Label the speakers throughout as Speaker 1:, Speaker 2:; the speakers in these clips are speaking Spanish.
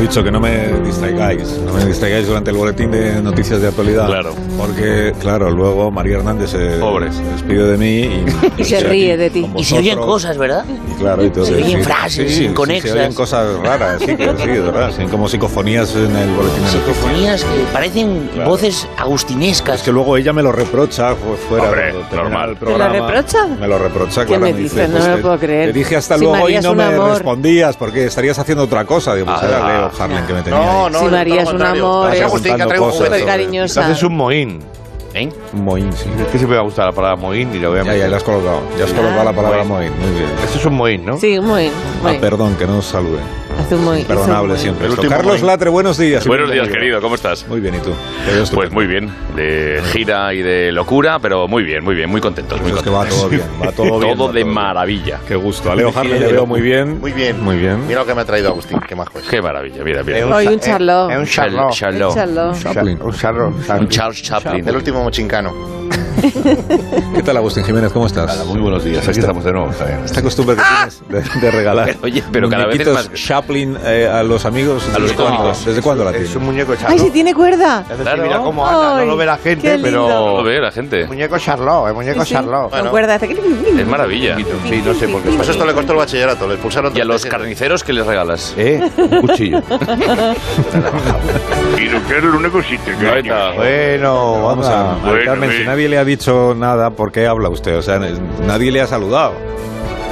Speaker 1: dicho que no me distraigáis, no me distraigáis durante el boletín de noticias de actualidad.
Speaker 2: Claro.
Speaker 1: Porque, claro, luego María Hernández se,
Speaker 2: Pobres.
Speaker 1: se despide de mí
Speaker 3: Y
Speaker 1: y,
Speaker 3: se
Speaker 1: estoy
Speaker 3: ríe
Speaker 1: aquí
Speaker 3: de ti.
Speaker 1: con
Speaker 4: Y se oyen
Speaker 1: vosotros.
Speaker 4: cosas, ¿verdad?
Speaker 1: Y claro, y todo
Speaker 4: Se
Speaker 1: eso,
Speaker 4: oyen
Speaker 1: sí.
Speaker 4: frases
Speaker 1: Sí, sí, sí,
Speaker 4: inconexas.
Speaker 1: se oyen cosas raras, sí, que, sí, de verdad, sí, como psicofonías en el boletín de noticias.
Speaker 4: Sinfonías que parecen
Speaker 1: Claro.
Speaker 4: voces agustinescas.
Speaker 1: Es que luego ella me lo reprocha fu- fuera
Speaker 2: Hombre,
Speaker 1: cuando termina
Speaker 2: normal.
Speaker 1: el programa.
Speaker 3: ¿Te lo reprocha?
Speaker 1: Me lo reprocha,
Speaker 3: ¿Qué
Speaker 1: claro.
Speaker 3: me dices? No
Speaker 1: pues,
Speaker 3: me
Speaker 1: te-
Speaker 3: puedo creer.
Speaker 1: Te dije hasta
Speaker 3: Si
Speaker 1: luego
Speaker 3: María
Speaker 1: y
Speaker 3: es
Speaker 1: no
Speaker 3: un
Speaker 1: me
Speaker 3: amor.
Speaker 1: respondías porque estarías haciendo otra cosa. Digo, pues
Speaker 2: Ah,
Speaker 1: era Leo Harlan que me tenía ahí.
Speaker 5: todo
Speaker 3: Si María es un
Speaker 5: lo contrario.
Speaker 3: amor,
Speaker 5: María
Speaker 3: es
Speaker 5: Agustín, que
Speaker 1: contando
Speaker 5: traigo un
Speaker 1: cosas
Speaker 5: juguete.
Speaker 3: Muy cariñosa.
Speaker 2: eh. Haces un mohín.
Speaker 4: ¿eh?
Speaker 1: Un Moín, sí.
Speaker 2: Es que siempre me ha gustado la palabra mohín y la voy a
Speaker 1: Ya, ya,
Speaker 2: meter. Ah,
Speaker 1: la has colocado. Ya has colocado la palabra Moín. Muy bien.
Speaker 2: Eso es un mohín, ¿no?
Speaker 3: Sí, muy,
Speaker 1: Ah,
Speaker 3: muy.
Speaker 1: perdón, que no os salude.
Speaker 3: Hace un muy. hizo un
Speaker 1: Perdonable
Speaker 3: muy.
Speaker 1: siempre.
Speaker 2: El
Speaker 1: esto.
Speaker 2: último
Speaker 1: Carlos
Speaker 2: Moín.
Speaker 1: Latre, buenos días. y
Speaker 5: Buenos días,
Speaker 1: bienvenido.
Speaker 5: querido, ¿cómo estás?
Speaker 1: Muy bien, ¿y tú? Te veo
Speaker 5: Pues
Speaker 1: estupendo.
Speaker 5: muy bien, de gira y de locura, pero muy bien, muy bien, muy contentos, muy
Speaker 1: Pues es que
Speaker 5: contentos.
Speaker 1: va todo bien. Va todo bien.
Speaker 5: Todo
Speaker 1: va
Speaker 5: de
Speaker 1: bien.
Speaker 5: maravilla.
Speaker 1: Qué gusto. A Leo Harlan le veo muy bien.
Speaker 6: Muy bien.
Speaker 1: Muy bien.
Speaker 6: Mira lo que me ha traído Agustín, qué majo es.
Speaker 5: Qué maravilla, mira, mira.
Speaker 3: Hoy un charló.
Speaker 2: Es un charló.
Speaker 5: Charlo- Charlo.
Speaker 3: Échalo.
Speaker 1: Chaplin.
Speaker 2: Un charló.
Speaker 5: Un Charles Chaplin.
Speaker 6: El último mochincano.
Speaker 1: ¿Qué tal, Agustín Jiménez? ¿Cómo estás?
Speaker 2: Muy buenos días. Aquí estamos de nuevo. está bien.
Speaker 1: Este- Esta costumbre que tienes de, de regalar
Speaker 5: Pero, oye, pero cada vez es
Speaker 1: muñequitos
Speaker 5: más-
Speaker 1: Chaplin eh, a los amigos.
Speaker 5: A los
Speaker 1: ¿Desde cuándo?
Speaker 5: cómicos.
Speaker 1: ¿Desde cuándo la tienes?
Speaker 2: Es un muñeco charló.
Speaker 3: ¡Ay, si tiene cuerda!
Speaker 2: Es decir,
Speaker 5: Claro.
Speaker 2: mira cómo anda.
Speaker 3: Ay,
Speaker 2: No lo ve la
Speaker 3: qué
Speaker 2: gente,
Speaker 3: lindo.
Speaker 5: No lo
Speaker 2: pero...
Speaker 5: ve la gente.
Speaker 2: Muñeco charló, el muñeco
Speaker 3: Sí, sí,
Speaker 2: charló.
Speaker 3: Con cuerda. hace clic.
Speaker 5: Es maravilla.
Speaker 2: Sí, no sé por qué.
Speaker 6: Pues esto le costó el bachillerato, le expulsaron.
Speaker 5: ¿Y a los
Speaker 6: 37.
Speaker 5: carniceros qué les regalas?
Speaker 2: ¿Eh? Un cuchillo.
Speaker 7: Y no quiero un único sitio que
Speaker 5: Venga.
Speaker 2: bueno,
Speaker 1: Vamos a
Speaker 2: vamos
Speaker 7: Bueno,
Speaker 1: Carmen,
Speaker 7: sí.
Speaker 1: si nadie le ha dicho nada, ¿por qué habla usted? O sea, n- nadie le ha saludado.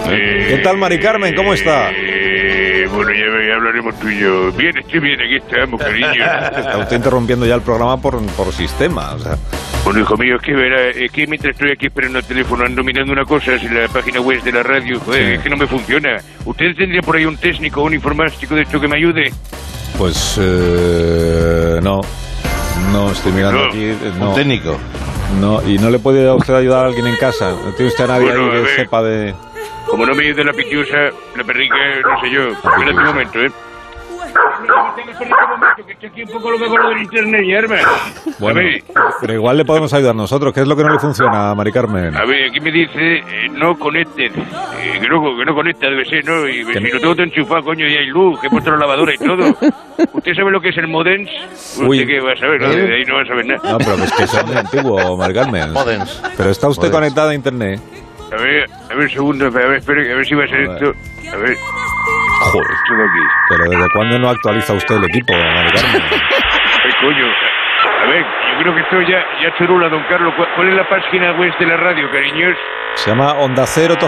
Speaker 1: ¿Qué tal, Mari Carmen? ¿Cómo está?
Speaker 7: Eh, bueno, ya, ya hablaremos tú y yo. Bien, estoy bien, aquí estamos, cariño.
Speaker 1: Está usted interrumpiendo ya el programa por, por sistema. O sea,
Speaker 7: bueno, hijo mío, es que, verá, es que mientras estoy aquí esperando el teléfono ando mirando una cosa en la página web de la radio. Joder,
Speaker 1: Sí.
Speaker 7: es que no me funciona. ¿Usted tendría por ahí un técnico o un informático de esto que me ayude?
Speaker 1: pues eh, no. No, estoy mirando
Speaker 7: No.
Speaker 1: aquí. eh,
Speaker 2: a...
Speaker 1: No,
Speaker 2: Un técnico.
Speaker 1: no, y no le puede a usted ayudar a alguien en casa. No tiene usted a nadie
Speaker 7: Bueno, a
Speaker 1: ahí que
Speaker 7: ver.
Speaker 1: sepa de.
Speaker 7: Como no me ayude la pitiusa, la perrica, no sé yo. Espera un momento, ¿eh? que estoy aquí un poco loco con lo del internet y armas.
Speaker 1: Bueno,
Speaker 7: A ver,
Speaker 1: pero igual le podemos ayudar nosotros. ¿Qué es lo que no le funciona a Mari Carmen?
Speaker 7: A ver, aquí me dice eh, no conectes. Eh, que, no, que no conecta, debe ser, ¿no? Y pues, si lo tengo todo enchufado, coño, y hay luz, que he puesto la lavadora y todo. ¿Usted sabe lo que es el Modens? ¿Usted
Speaker 1: Uy.
Speaker 7: qué va a saber? No,
Speaker 1: ¿Eh?
Speaker 7: de ahí no va a saber nada.
Speaker 1: No, pero es que es muy antiguo, Mari Carmen.
Speaker 6: Modems.
Speaker 1: Pero está usted
Speaker 6: Modems.
Speaker 1: conectada a internet.
Speaker 7: A ver, a ver, segundo, a ver, espere, a ver si va a ser
Speaker 1: A ver.
Speaker 7: esto. A ver,
Speaker 1: Joder.
Speaker 7: esto de aquí.
Speaker 1: Pero ¿desde cuándo no actualiza usted el equipo, Mari Carmen?
Speaker 7: Ay, coño. A ver, yo creo que esto ya, ya churula, don Carlos. ¿Cuál- ¿Cuál es la página web de la radio, cariños?
Speaker 1: Se llama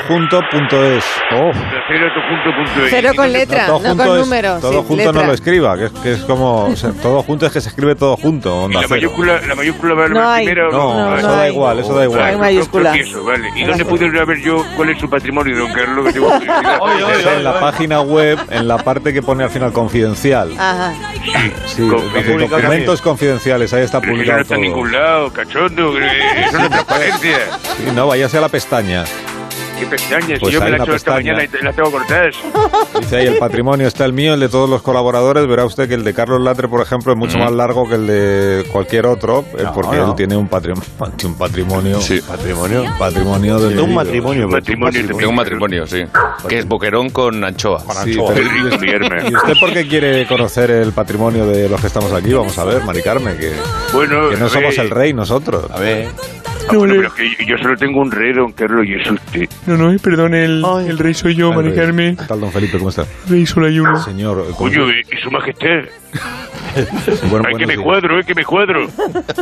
Speaker 1: ondacerotojunto.es. Oh.
Speaker 7: Cero,
Speaker 3: Cero con letra, no, con
Speaker 1: es-
Speaker 3: números.
Speaker 1: todo
Speaker 3: sí,
Speaker 1: junto
Speaker 3: letra.
Speaker 1: no lo escriba, que es, que es como. o sea, todo junto es que se escribe todo junto, onda
Speaker 7: la
Speaker 1: cero.
Speaker 7: mayúscula, la mayúscula va a la
Speaker 3: No hay.
Speaker 7: primera o
Speaker 1: No,
Speaker 3: No,
Speaker 1: eso
Speaker 3: no
Speaker 1: da
Speaker 3: hay.
Speaker 1: igual, eso da
Speaker 7: Vale,
Speaker 3: hay
Speaker 1: igual.
Speaker 7: no
Speaker 3: mayúsculas.
Speaker 7: creo que eso, vale. ¿Y
Speaker 3: No
Speaker 7: dónde
Speaker 3: las
Speaker 7: puedo saber yo cuál es su patrimonio, don Carlos? Que tengo curiosidad.
Speaker 1: Está en la página web, en la parte que pone al final confidencial.
Speaker 3: Ajá.
Speaker 1: Sí,
Speaker 7: Confidencial.
Speaker 1: dice, documentos confidenciales, ahí está
Speaker 7: Pero que eso no
Speaker 1: publicado
Speaker 7: está
Speaker 1: todo.
Speaker 7: en ningún lado, cachondo. eh, Eso no es transparencia.
Speaker 1: Sí, no, váyase a la pestaña.
Speaker 7: Qué pestañas.
Speaker 1: Pues
Speaker 7: si yo
Speaker 1: hay
Speaker 7: me las
Speaker 1: una
Speaker 7: he hecho esta
Speaker 1: pestaña.
Speaker 7: mañana y te- las tengo Ah, cortadas.
Speaker 1: Dice ahí, el patrimonio está el mío, el de todos los colaboradores. Verá usted que el de Carlos Latre, por ejemplo, es
Speaker 7: Mm.
Speaker 1: mucho más largo que el de cualquier otro, eh, porque
Speaker 2: no.
Speaker 1: él tiene un, patri- un patrimonio.
Speaker 2: Patrimonio.
Speaker 1: Un patrimonio del
Speaker 2: Un
Speaker 1: libro.
Speaker 2: matrimonio. pero es un
Speaker 7: Matrimonio,
Speaker 5: Tengo un matrimonio, sí. Que es boquerón con anchoa.
Speaker 1: Sí,
Speaker 2: anchoa.
Speaker 1: pero-
Speaker 7: Qué rico, mi hermano.
Speaker 1: ¿Y usted por qué quiere conocer el patrimonio de los que estamos aquí? Vamos a ver, Mari Carmen, que,
Speaker 7: Bueno,
Speaker 1: que no
Speaker 7: a ver,
Speaker 1: somos el rey nosotros.
Speaker 2: A ver.
Speaker 7: ah, bueno, pero es que yo solo tengo un rey, don Carlos, y es usted.
Speaker 8: No, no, eh, perdón, el, el rey soy yo,
Speaker 1: Al
Speaker 8: Mari
Speaker 1: rey.
Speaker 8: Carmen.
Speaker 1: ¿Qué tal, don Felipe? ¿Cómo está?
Speaker 8: Rey solo hay uno.
Speaker 1: Señor, ¿cómo-
Speaker 7: Coño, eh, y su majestad.
Speaker 1: bueno,
Speaker 7: Ay, que
Speaker 1: buenos,
Speaker 7: me
Speaker 1: días.
Speaker 7: cuadro, eh, que me cuadro.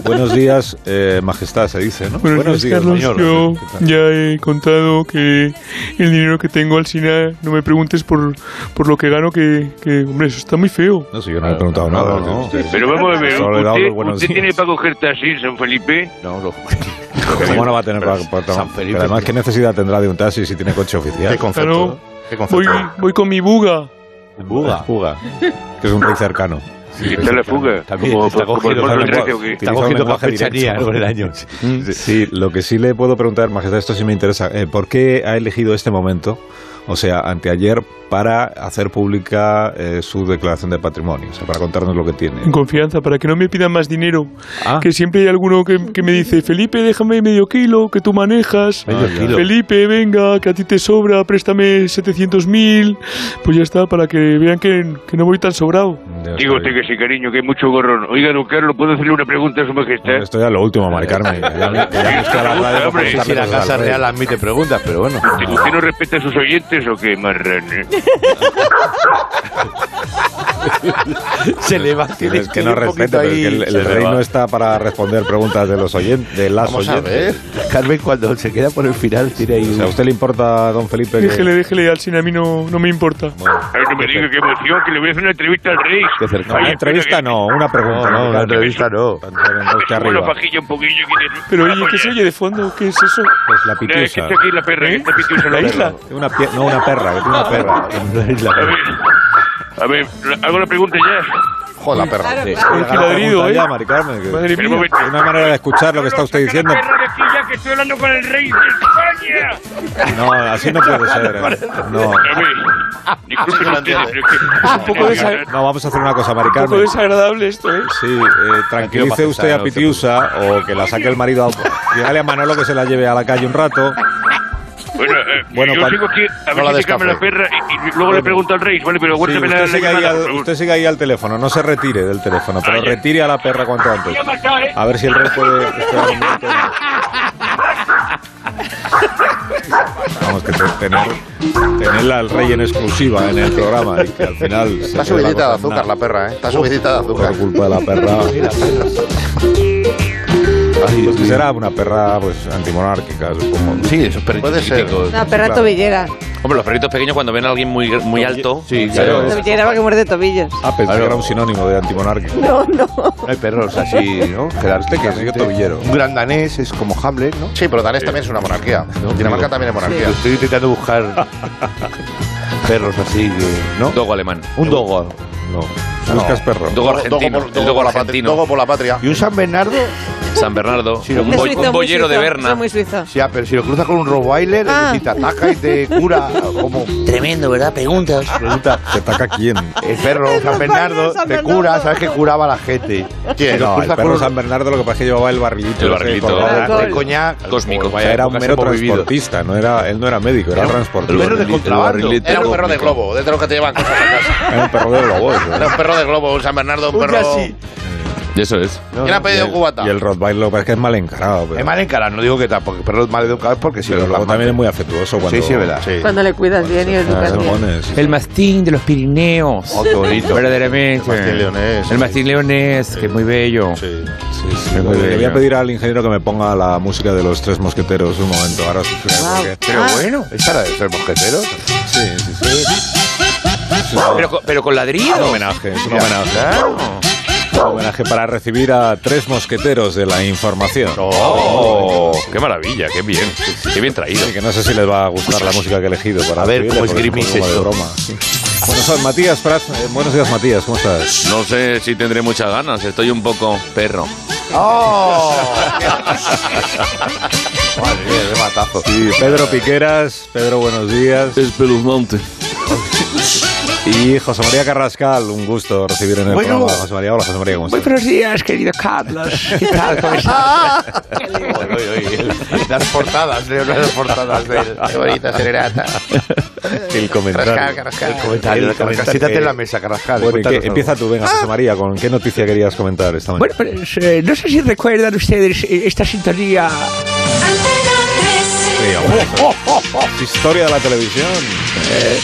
Speaker 1: Buenos días, eh, majestad, se dice, ¿no?
Speaker 8: Buenos, días, Carlos. Yo
Speaker 1: eh, ¿Qué tal?
Speaker 8: ya he contado que el dinero que tengo al Sina, no me preguntes por, por lo que gano, que, que, hombre, eso está muy feo.
Speaker 1: No sé, yo no he preguntado
Speaker 2: no,
Speaker 1: nada.
Speaker 2: no,
Speaker 1: ¿no?
Speaker 2: no.
Speaker 1: Usted-
Speaker 7: Pero vamos a ver,
Speaker 1: Solo le damos
Speaker 7: ¿usted,
Speaker 1: los buenos
Speaker 7: usted
Speaker 1: días.
Speaker 7: tiene para coger taxi, San Felipe?
Speaker 2: No, lo...
Speaker 1: ¿Cómo no va a tener
Speaker 2: Pero
Speaker 1: para- para-
Speaker 2: San
Speaker 1: pero
Speaker 2: Felipe,
Speaker 1: además,
Speaker 2: sí.
Speaker 1: ¿qué necesidad tendrá de un taxi si tiene coche oficial?
Speaker 6: Qué concepto.
Speaker 8: Claro.
Speaker 6: Qué
Speaker 8: Voy,
Speaker 6: concepto.
Speaker 8: voy con mi buga.
Speaker 2: Buga. Buga.
Speaker 1: que es un rey cercano.
Speaker 7: ¿Qué tal la fuga?
Speaker 2: También
Speaker 7: Como-
Speaker 2: está
Speaker 7: como
Speaker 2: cogido,
Speaker 7: el
Speaker 2: está
Speaker 7: polvo
Speaker 2: cogido-
Speaker 7: recio que-
Speaker 2: está
Speaker 1: Utiliza un
Speaker 2: cogido
Speaker 1: lenguaje
Speaker 2: campechanía
Speaker 1: directo.
Speaker 2: con el año.
Speaker 1: Sí, lo que sí le puedo preguntar, Majestad, esto sí me interesa. eh, ¿Por qué ha elegido este momento, o sea, anteayer, para hacer pública eh, su declaración de patrimonio? O sea, para contarnos lo que tiene.
Speaker 8: En confianza, para que no me pidan más dinero.
Speaker 1: Ah.
Speaker 8: Que siempre hay alguno que, que me dice, Felipe, déjame medio kilo, que tú
Speaker 1: Ah,
Speaker 8: manejas.
Speaker 2: Medio kilo.
Speaker 8: Felipe, venga, que a ti te sobra, préstame 700.000. Pues ya está, para que vean que, que no voy tan sobrado.
Speaker 1: Ya
Speaker 7: Digo
Speaker 1: estoy-
Speaker 7: usted que sí, cariño, que hay mucho gorrón. Oiga, don Carlos, ¿puedo hacerle una pregunta a su majestad?
Speaker 1: Esto ya es lo último, Mari Carmen. que Ya, me- que ya me busca la radio para
Speaker 7: Hombre,
Speaker 1: preguntarle
Speaker 2: Si la
Speaker 1: cosas
Speaker 2: Casa
Speaker 1: al rey.
Speaker 2: Real admite preguntas, pero bueno.
Speaker 7: ¿Usted no respeta a sus oyentes o qué, eh? marrano?
Speaker 2: Se le va tiene
Speaker 1: Es que no
Speaker 2: un poquito
Speaker 1: respeta, pero es que el,
Speaker 2: ahí-
Speaker 1: el
Speaker 2: se le
Speaker 1: rey
Speaker 2: va.
Speaker 1: no está para responder preguntas de los oyentes, de las
Speaker 6: Vamos a
Speaker 1: oyentes.
Speaker 6: ver.
Speaker 2: Carmen, cuando se queda por el final, tiene ahí
Speaker 1: O sea, ¿a
Speaker 2: un-
Speaker 1: usted le importa, don Felipe? que-
Speaker 8: Déjele, déjele, al sin a mí no, no me importa.
Speaker 7: Ay, no me diga qué emoción, que le voy a hacer una entrevista al rey.
Speaker 2: Qué cercano.
Speaker 1: No, una
Speaker 7: Ay,
Speaker 1: entrevista
Speaker 7: espera,
Speaker 1: no, una
Speaker 2: No, no,
Speaker 1: pregunta.
Speaker 2: una
Speaker 1: Mari Carmen.
Speaker 2: entrevista no.
Speaker 1: Tanto que venga
Speaker 7: que- que
Speaker 1: usted
Speaker 7: subo la
Speaker 1: arriba.
Speaker 7: pajilla un poquillo. que-
Speaker 8: Pero oye,
Speaker 7: Vamos
Speaker 8: ¿qué se
Speaker 7: ya.
Speaker 8: oye de fondo? ¿Qué es eso?
Speaker 1: Pues
Speaker 7: No,
Speaker 1: la
Speaker 7: es que
Speaker 1: pitiusa.
Speaker 7: está aquí la
Speaker 9: ¿Eh?
Speaker 7: perra, que está pitiusa la
Speaker 8: ¿La
Speaker 7: perra.
Speaker 8: isla? Ah.
Speaker 1: Una pie- no, una perra, que tiene una perra.
Speaker 2: una isla.
Speaker 7: A ver, a ver, la- hago la pregunta ya.
Speaker 1: Oh,
Speaker 6: Joder, la perra.
Speaker 8: Uy, qué ladrido, ¿eh?
Speaker 1: Ya, Mari Carmen, que-
Speaker 8: Madre
Speaker 7: Pero
Speaker 8: mía.
Speaker 7: un momento.
Speaker 1: Hay una manera de escuchar lo que está usted
Speaker 7: Saca la
Speaker 1: diciendo.
Speaker 7: perra de aquí ya, que estoy hablando con el rey de España.
Speaker 1: No, así no puede ser. ¿eh? No.
Speaker 7: A ver, disculpen ustedes, pero es que...
Speaker 8: Un poco de esa-
Speaker 1: No, vamos a hacer una cosa, Mari
Speaker 8: Un poco
Speaker 1: Carmen.
Speaker 8: desagradable esto, ¿eh?
Speaker 1: Sí, eh, tranquilice usted a Pitiusa o que la saque el marido. a- Dígale a Manolo que se la lleve a la calle un rato.
Speaker 7: Bueno, eh,
Speaker 1: Bueno,
Speaker 7: yo
Speaker 1: cuando-
Speaker 7: sigo aquí
Speaker 6: No la
Speaker 7: a ver si se
Speaker 6: descafé.
Speaker 7: cambia la perra y, y luego le pregunto al rey, ¿vale? Pero
Speaker 1: Sí,
Speaker 7: aguántame
Speaker 1: usted,
Speaker 7: la, la
Speaker 1: sigue ahí
Speaker 7: llamada, por
Speaker 1: al,
Speaker 7: favor.
Speaker 1: usted sigue ahí al teléfono, no se retire del teléfono, pero
Speaker 7: Ay, eh.
Speaker 1: retire a la perra cuanto antes.
Speaker 7: Voy a matar, ¿eh?
Speaker 1: Pues, A ver si el rey puede. esperar un minuto. Vamos, que te- tener, tenerla al rey en exclusiva en el programa y que al final. se
Speaker 6: Está
Speaker 1: quede la
Speaker 6: subidita de
Speaker 1: cosa
Speaker 6: azúcar
Speaker 1: en
Speaker 6: la
Speaker 1: nada.
Speaker 6: perra, ¿eh? Está subidita de azúcar.
Speaker 1: Por culpa de la perra.
Speaker 2: Ay, Dios
Speaker 1: Pues
Speaker 2: mío.
Speaker 1: será una perra pues antimonárquica, supongo.
Speaker 2: Sí, esos perritos
Speaker 6: Puede ser.
Speaker 2: chiquiticos.
Speaker 3: Una perra tobillera.
Speaker 5: Hombre, los perritos pequeños cuando ven a alguien muy, muy alto.
Speaker 2: Sí, claro.
Speaker 1: Claro.
Speaker 3: Tobillera porque muerde tobillos.
Speaker 1: Ah, pensé
Speaker 2: Claro.
Speaker 1: que era un sinónimo de antimonárquico.
Speaker 3: No, no.
Speaker 2: Hay perros así, ¿no? Gerardo,
Speaker 1: que sigue tobillero.
Speaker 2: Un gran danés es como Hamlet, ¿no?
Speaker 6: Sí, pero Danés también es una monarquía. Dinamarca también es monarquía.
Speaker 2: Yo Estoy intentando buscar perros así, que- ¿no?
Speaker 5: Dogo alemán.
Speaker 2: Un dogo.
Speaker 1: No. Buscas perro.
Speaker 5: Dogo argentino.
Speaker 6: por-
Speaker 5: el dogo
Speaker 6: por la patria.
Speaker 5: argentino.
Speaker 6: Dogo por la patria.
Speaker 2: ¿Y un San Bernardo?
Speaker 5: San Bernardo.
Speaker 2: Sí, lo-
Speaker 5: un,
Speaker 3: Es
Speaker 5: boy-
Speaker 3: suizo,
Speaker 5: un
Speaker 3: muy
Speaker 5: boyero de
Speaker 3: suizo,
Speaker 5: Berna.
Speaker 3: son muy suizos.
Speaker 2: Sí, ah, pero si lo cruzas con un Rottweiler,
Speaker 3: Ah.
Speaker 2: es decir, te ataca y te cura. Como
Speaker 4: Tremendo, ¿verdad? Preguntas.
Speaker 1: Pregunta, ¿te ataca quién?
Speaker 2: el perro San Bernardo
Speaker 3: San
Speaker 2: te
Speaker 3: Bernardo.
Speaker 2: cura, sabes que curaba a la gente.
Speaker 6: ¿Quién?
Speaker 1: No, el
Speaker 2: Cruza
Speaker 1: perro
Speaker 2: con- Ah,
Speaker 1: San Bernardo lo que pasa es que llevaba el
Speaker 5: El
Speaker 1: barrilito. ese
Speaker 5: barrilito.
Speaker 1: colgado del
Speaker 3: Alcohol.
Speaker 1: cuello.
Speaker 5: Ah,
Speaker 2: coñac.
Speaker 5: Cósmico.
Speaker 1: O sea, era un
Speaker 2: épocas
Speaker 1: mero
Speaker 2: hemos vivido.
Speaker 1: transportista, no era, él no era médico, era,
Speaker 2: Era un
Speaker 1: transportista.
Speaker 2: perro de contrabando.
Speaker 6: Era un perro de globo, de los que te llevan cosas a casa.
Speaker 1: Era un perro de globo.
Speaker 6: Era un perro de globo, un San Bernardo, un
Speaker 2: Un
Speaker 6: perro.
Speaker 2: yassi.
Speaker 5: Eso es.
Speaker 2: No,
Speaker 6: ¿Quién ha
Speaker 2: no,
Speaker 6: pedido
Speaker 2: y el-
Speaker 6: cubata?
Speaker 1: Y el Rottweiler lo que pasa es que es mal encarado. Pero,
Speaker 2: Es mal encarado, no digo que tampoco. El perro es mal educado es porque si
Speaker 1: pero
Speaker 2: no
Speaker 1: luego
Speaker 2: la-
Speaker 1: también es muy afectuoso cuando...
Speaker 2: Sí, sí, es verdad.
Speaker 6: Sí.
Speaker 3: Cuando le cuidas bien y
Speaker 1: Ah,
Speaker 3: educas
Speaker 1: se
Speaker 3: bien.
Speaker 1: pone, sí.
Speaker 10: El mastín de los Pirineos.
Speaker 2: Oh, qué bonito.
Speaker 10: Verdaderamente.
Speaker 6: El mastín leonés,
Speaker 10: El
Speaker 6: sí.
Speaker 10: mastín leonés, que es muy bello.
Speaker 6: Sí.
Speaker 1: Sí, sí, pues le voy a pedir al ingeniero que me ponga la música de los tres mosqueteros un momento. Ahora sí, creo que-
Speaker 2: Pero bueno, esta era de ser mosquetero.
Speaker 1: sí, sí, sí. Sí,
Speaker 5: Pero, co- pero con
Speaker 1: Es un
Speaker 5: ladrillo.
Speaker 1: homenaje, es un homenaje. Un homenaje para recibir a tres mosqueteros de la información.
Speaker 5: Oh, qué maravilla, qué bien. Qué bien traído.
Speaker 1: Sí, que no sé si les va a gustar la música que he elegido para
Speaker 2: A ver,
Speaker 1: despedirle,
Speaker 2: ¿cómo
Speaker 1: porque es un
Speaker 2: esgrimís
Speaker 1: poco de
Speaker 2: esto?
Speaker 1: broma, sí. Bueno, son Matías Prats. eh, buenos días, Matías. ¿Cómo estás?
Speaker 5: No sé si tendré muchas ganas. Estoy un poco perro.
Speaker 2: Oh. Madre mía, de matazo.
Speaker 1: Sí, Pedro Piqueras. Pedro, buenos días.
Speaker 5: Espeluznante.
Speaker 1: Y José María Carrascal. Un gusto recibir en el
Speaker 2: Bueno.
Speaker 1: programa. José María, hola, José María. ¿cómo
Speaker 10: Muy
Speaker 1: estás?
Speaker 10: buenos días, querido Carlos. ¿Qué tal? ¿Cómo estás?
Speaker 2: Oye, oye, oye. Las portadas, Leo, las portadas de él.
Speaker 6: Qué bonita serenata.
Speaker 2: El
Speaker 1: El comentario.
Speaker 2: comentario, el comentario. Siéntate en la mesa, Carrascal.
Speaker 1: Bueno, ¿y qué-
Speaker 2: cuéntanos algo.
Speaker 1: empieza tú, venga, José María, ¿con qué noticia querías comentar esta mañana?
Speaker 10: Bueno, pues, eh, no sé si recuerdan ustedes eh, esta sintonía.
Speaker 1: Sí, hombre,
Speaker 2: Oh,
Speaker 1: es Historia de la televisión.
Speaker 2: Eh.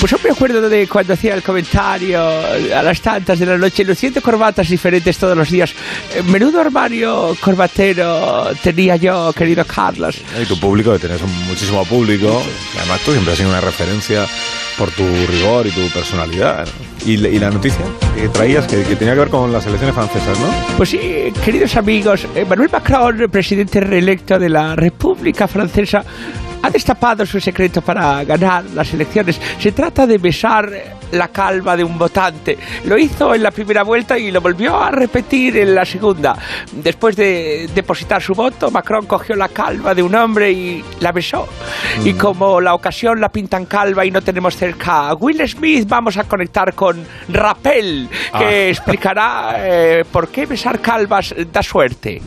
Speaker 10: Pues yo me acuerdo de cuando hacía el comentario a las tantas de la noche, luciendo corbatas diferentes todos los días. Eh, Menudo armario corbatero tenía yo, querido Carlos.
Speaker 1: Y tu público, que tenés un muchísimo público. y Además, tú siempre has sido una referencia por tu rigor y tu personalidad. ¿no? Y, le- y la noticia que traías, que, que tenía que ver con las elecciones francesas, ¿no?
Speaker 10: Pues sí, queridos amigos, Emmanuel Macron, presidente reelecto de la República Francesa, ha destapado su secreto para ganar las elecciones. Se trata de besar eh, la calma de un votante. Lo hizo en la primera vuelta y lo volvió a repetir en la segunda. Después de depositar su voto, Macron cogió la calva de un hombre y la besó. Y como la ocasión la pintan calva y no tenemos cerca a Will Smith, vamos a conectar con Rappel, que explicará eh, por qué besar calvas da suerte.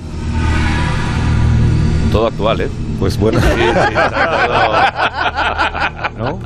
Speaker 5: Todo actual, ¿eh?
Speaker 1: Pues bueno, ¿no?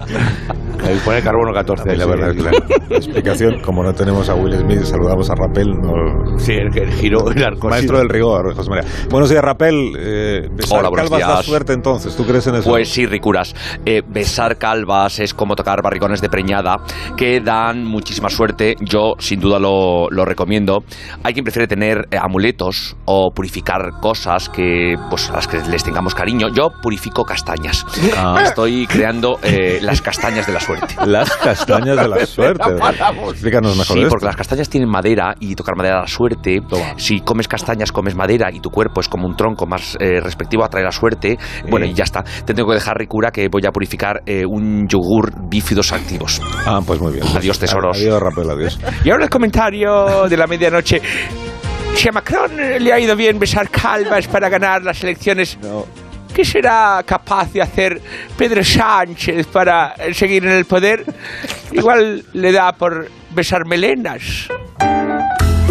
Speaker 2: Ahí pone carbono 14,
Speaker 1: la verdad, claro. Explicación, como no tenemos a Will Smith, saludamos a Rapel, no-
Speaker 2: Sí, el, el giro, el arco.
Speaker 1: maestro del rigor, José María. Buenos días, Rapel. Eh, besar
Speaker 11: Hola, buenos
Speaker 1: calvas da
Speaker 11: días.
Speaker 1: suerte entonces, ¿tú crees en eso?
Speaker 11: Pues sí, Ricuras. Eh, besar calvas es como tocar barricones de preñada, que dan muchísima suerte. Yo, sin duda, lo, lo recomiendo. Hay quien prefiere tener eh, amuletos o purificar cosas que, pues, a las que les tengamos cariño. Yo purifico castañas. Estoy creando eh, las castañas de la suerte.
Speaker 1: Las castañas de la suerte. Explícanos mejor
Speaker 11: Sí,
Speaker 1: esto.
Speaker 11: porque las castañas tienen madera y tocar madera da suerte. Si comes castañas, comes madera y tu cuerpo es como un tronco más eh, respectivo, atrae la suerte. Bueno, y ya está. Te tengo que dejar, Ricura, que voy a purificar eh, un yogur bífidos activos.
Speaker 1: Ah, pues muy bien.
Speaker 11: Adiós, tesoros.
Speaker 1: Adiós, Rapel, adiós.
Speaker 10: Y ahora el comentario de la medianoche. Si a Macron le ha ido bien besar calvas para ganar las elecciones, ¿qué será capaz de hacer Pedro Sánchez para eh, seguir en el poder? Igual le da por besar melenas.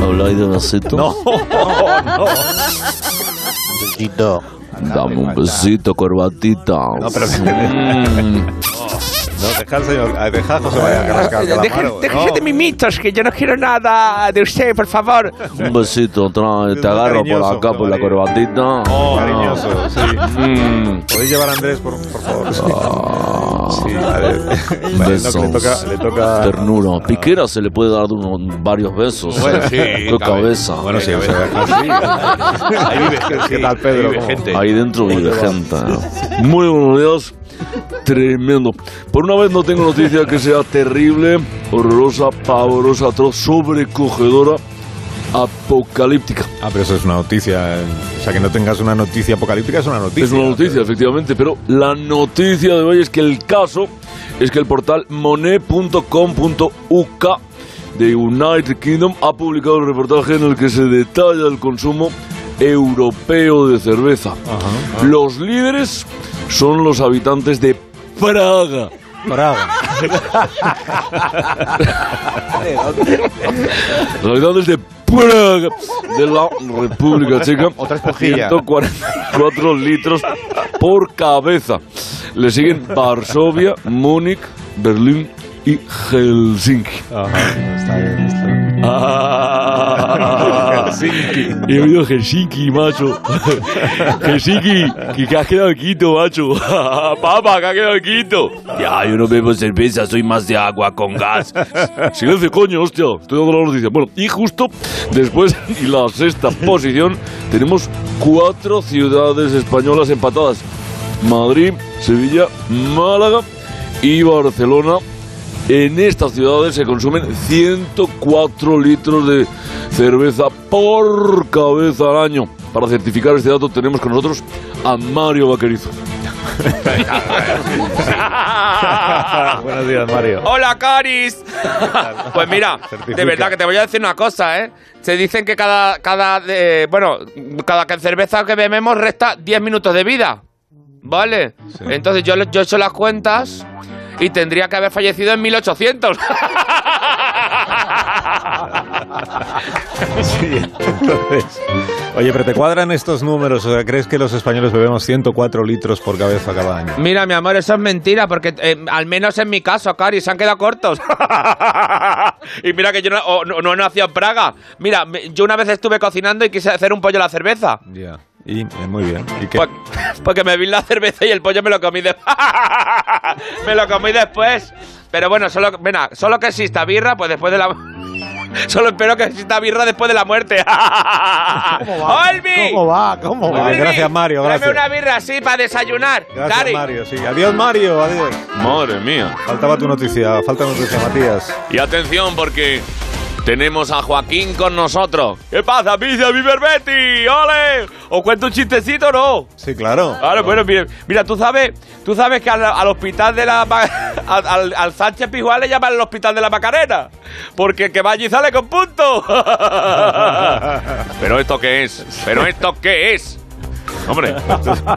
Speaker 4: ¿Habláis de besito? No.
Speaker 6: Besito.
Speaker 4: Dame un besito, corbatita. Mm.
Speaker 1: No, pero. No, dejad al señor. a- Dejad a José María que rasca el calamaro,
Speaker 10: Deje- Déjese
Speaker 1: ¿no?
Speaker 10: de mimitos, que yo no quiero nada de usted, por favor.
Speaker 4: Un besito, trae,
Speaker 1: Es muy
Speaker 4: te agarro por
Speaker 1: cariñoso,
Speaker 4: acá, por la
Speaker 1: María.
Speaker 4: corbatita. Ah.
Speaker 1: Cariñoso, sí. ¿Podéis llevar a Andrés, por, por favor? Sí, a ver. Bueno, no,
Speaker 4: Besos.
Speaker 1: que le toca. Le toca
Speaker 4: Ah. Ternura. Piquera se le puede dar de unos- varios besos.
Speaker 2: Bueno, sí,
Speaker 4: Qué
Speaker 2: cabe.
Speaker 4: cabeza.
Speaker 1: Bueno, sí, o sea, así.
Speaker 2: Ahí vive gente.
Speaker 1: ¿Qué tal, Pedro?
Speaker 2: Ahí vive
Speaker 1: ¿Cómo?
Speaker 2: gente.
Speaker 4: Ahí dentro vive gente. ¿no? Muy buenos días. Tremendo. Por una vez no tengo noticia que sea terrible, horrorosa, pavorosa, atroz, sobrecogedora, apocalíptica.
Speaker 1: Ah, pero eso es una noticia. eh. O sea, que no tengas una noticia apocalíptica es una noticia.
Speaker 4: Es una noticia, efectivamente, pero la noticia de hoy es que el caso es que el portal monet.com.uk de United Kingdom ha publicado un reportaje en el que se detalla el consumo europeo de cerveza. Los líderes son los habitantes de Praga. Los habitantes de Praga, de la República Checa,
Speaker 2: Otra esponjilla.
Speaker 4: 144 litros por cabeza. Le siguen Varsovia, Múnich, Berlín y Helsinki.
Speaker 1: Ajá, está bien, está bien.
Speaker 4: Ah. He oído Helsinki, macho. Helsinki, que, que has quedado en Quito, macho. Papa, que has quedado en Quito. Ya, yo no bebo cerveza, soy más de agua con gas. Silencio, coño, hostia. Estoy dando la noticia. Bueno, y justo después, y la sexta posición, tenemos cuatro ciudades españolas empatadas. Madrid, Sevilla, Málaga y Barcelona. En estas ciudades se consumen 104 litros de cerveza por cabeza al año. Para certificar este dato tenemos con nosotros a Mario Vaquerizo.
Speaker 1: Buenos días, Mario.
Speaker 10: Hola, Caris. Pues mira,
Speaker 1: Certifica.
Speaker 10: de verdad que te voy a decir una cosa, ¿eh? Se dicen que cada, cada eh, bueno, cada que- cerveza que bebemos resta 10 minutos de vida. ¿Vale? Entonces yo, yo he hecho las cuentas y tendría que haber fallecido en 1800.
Speaker 1: Sí, entonces. Oye, pero ¿te cuadran estos números? O sea, ¿crees que los españoles bebemos 104 litros por cabeza cada año?
Speaker 10: Mira, mi amor, eso es mentira, porque eh, al menos en mi caso, Cari, se han quedado cortos. y mira que yo no, o- no, no he nacido en Praga. Mira, me- yo una vez estuve cocinando y quise hacer un pollo a la cerveza.
Speaker 1: Ya. Y eh, muy bien. ¿Y qué?
Speaker 10: Pues- porque me vi la cerveza y el pollo me lo comí después. me lo comí después. Pero bueno, solo, mira, solo que exista birra, pues después de la... Solo espero que exista birra después de la muerte. ¡Olvi!
Speaker 2: ¿Cómo va? ¿Cómo
Speaker 1: Muy
Speaker 2: va?
Speaker 1: bien, gracias, Mario, gracias.
Speaker 10: Dame una birra así para desayunar.
Speaker 1: Gracias,
Speaker 10: Cari.
Speaker 1: Mario. Sí. Adiós, Mario. Adiós.
Speaker 5: Madre mía.
Speaker 1: Faltaba tu noticia. Falta noticia, Matías.
Speaker 5: Y atención porque Tenemos a Joaquín con nosotros. ¿Qué pasa, Pizza Viver Betty? ¡Ole! ¿Os cuento un chistecito o no?
Speaker 1: Sí, claro.
Speaker 5: Claro, bueno, bien. Mira, tú sabes, tú sabes que al, al hospital de la. Ma- Al, al- al Sánchez Pijuán le llaman el hospital de la Macarena. Porque el que va allí sale con punto. ¿Pero esto qué es? ¿Pero esto qué es? Hombre.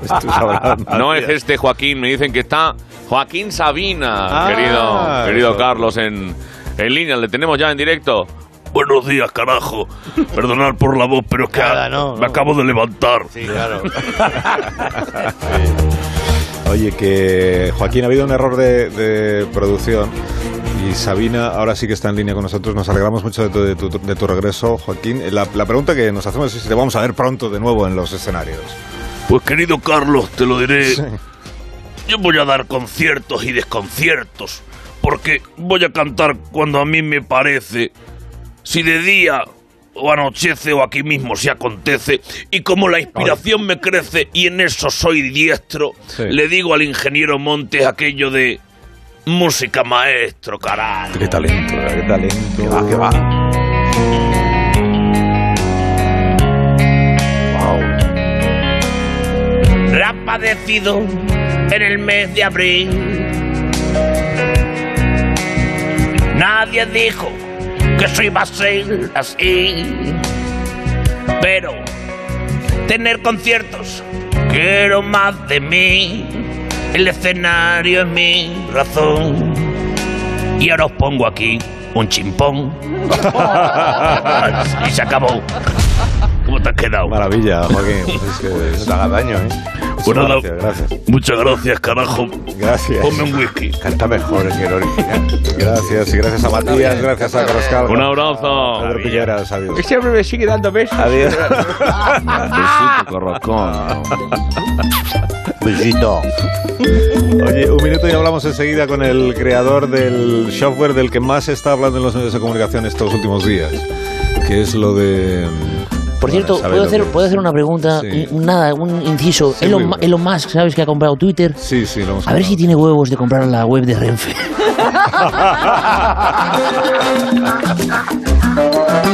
Speaker 5: No es este Joaquín, me dicen que está Joaquín Sabina,
Speaker 9: Ah,
Speaker 5: querido, querido
Speaker 9: eso.
Speaker 5: Carlos, en, en línea. Le tenemos ya en directo.
Speaker 9: Buenos días, carajo. Perdonad por la voz, pero es que
Speaker 5: Nada, no,
Speaker 9: me
Speaker 5: no.
Speaker 9: acabo de levantar.
Speaker 2: Sí, claro.
Speaker 1: Oye, que Joaquín, ha habido un error de, de producción y Sabina ahora sí que está en línea con nosotros. Nos alegramos mucho de tu, de tu- de tu regreso, Joaquín. La, la pregunta que nos hacemos es si te vamos a ver pronto de nuevo en los escenarios.
Speaker 9: Pues querido Carlos, te lo diré.
Speaker 1: Sí.
Speaker 9: Yo voy a dar conciertos y desconciertos, porque voy a cantar cuando a mí me parece. Si de día o anochece o aquí mismo se acontece, y como la inspiración me crece y en eso soy diestro,
Speaker 1: Sí.
Speaker 9: le digo al ingeniero Montes aquello de música maestro, carajo.
Speaker 1: Qué talento, qué talento. Que va, que va.
Speaker 9: Rapadecido en el mes de abril. Nadie dijo que eso iba a ser así. Pero tener conciertos, quiero más de mí. El escenario es mi razón. Y ahora os pongo aquí un chimpón. y se acabó. ¿Cómo te has quedado?
Speaker 1: Maravilla, Joaquín. Es que-
Speaker 2: No te hagas daño, ¿eh?
Speaker 9: Bueno, no.
Speaker 1: gracias, gracias.
Speaker 9: Muchas gracias, carajo.
Speaker 1: Gracias.
Speaker 9: Ponme un whisky.
Speaker 2: Canta mejor que el original.
Speaker 1: Gracias, y gracias a Matías, gracias a Carlos Calvo.
Speaker 5: Un abrazo.
Speaker 1: Pedro Piñeras, adiós.
Speaker 10: Este hombre me sigue dando besos.
Speaker 1: Adiós.
Speaker 2: Besito.
Speaker 1: Oye, un minuto y hablamos enseguida con el creador del software del que más se está hablando en los medios de comunicación estos últimos días, que es lo de... mm,
Speaker 12: Por
Speaker 1: bueno,
Speaker 12: cierto,
Speaker 1: sabe
Speaker 12: ¿puedo
Speaker 1: lo
Speaker 12: hacer,
Speaker 1: que-
Speaker 12: ¿puedo hacer una pregunta?
Speaker 1: Sí.
Speaker 12: Un- Nada, un inciso.
Speaker 1: Sí,
Speaker 12: Elon,
Speaker 1: muy
Speaker 12: Ma-
Speaker 1: bien.
Speaker 12: Elon Musk, ¿sabes? Que ha comprado Twitter.
Speaker 1: Sí, sí, lo hemos
Speaker 12: A ver si
Speaker 1: hablado.
Speaker 12: tiene huevos de comprar la web de Renfe.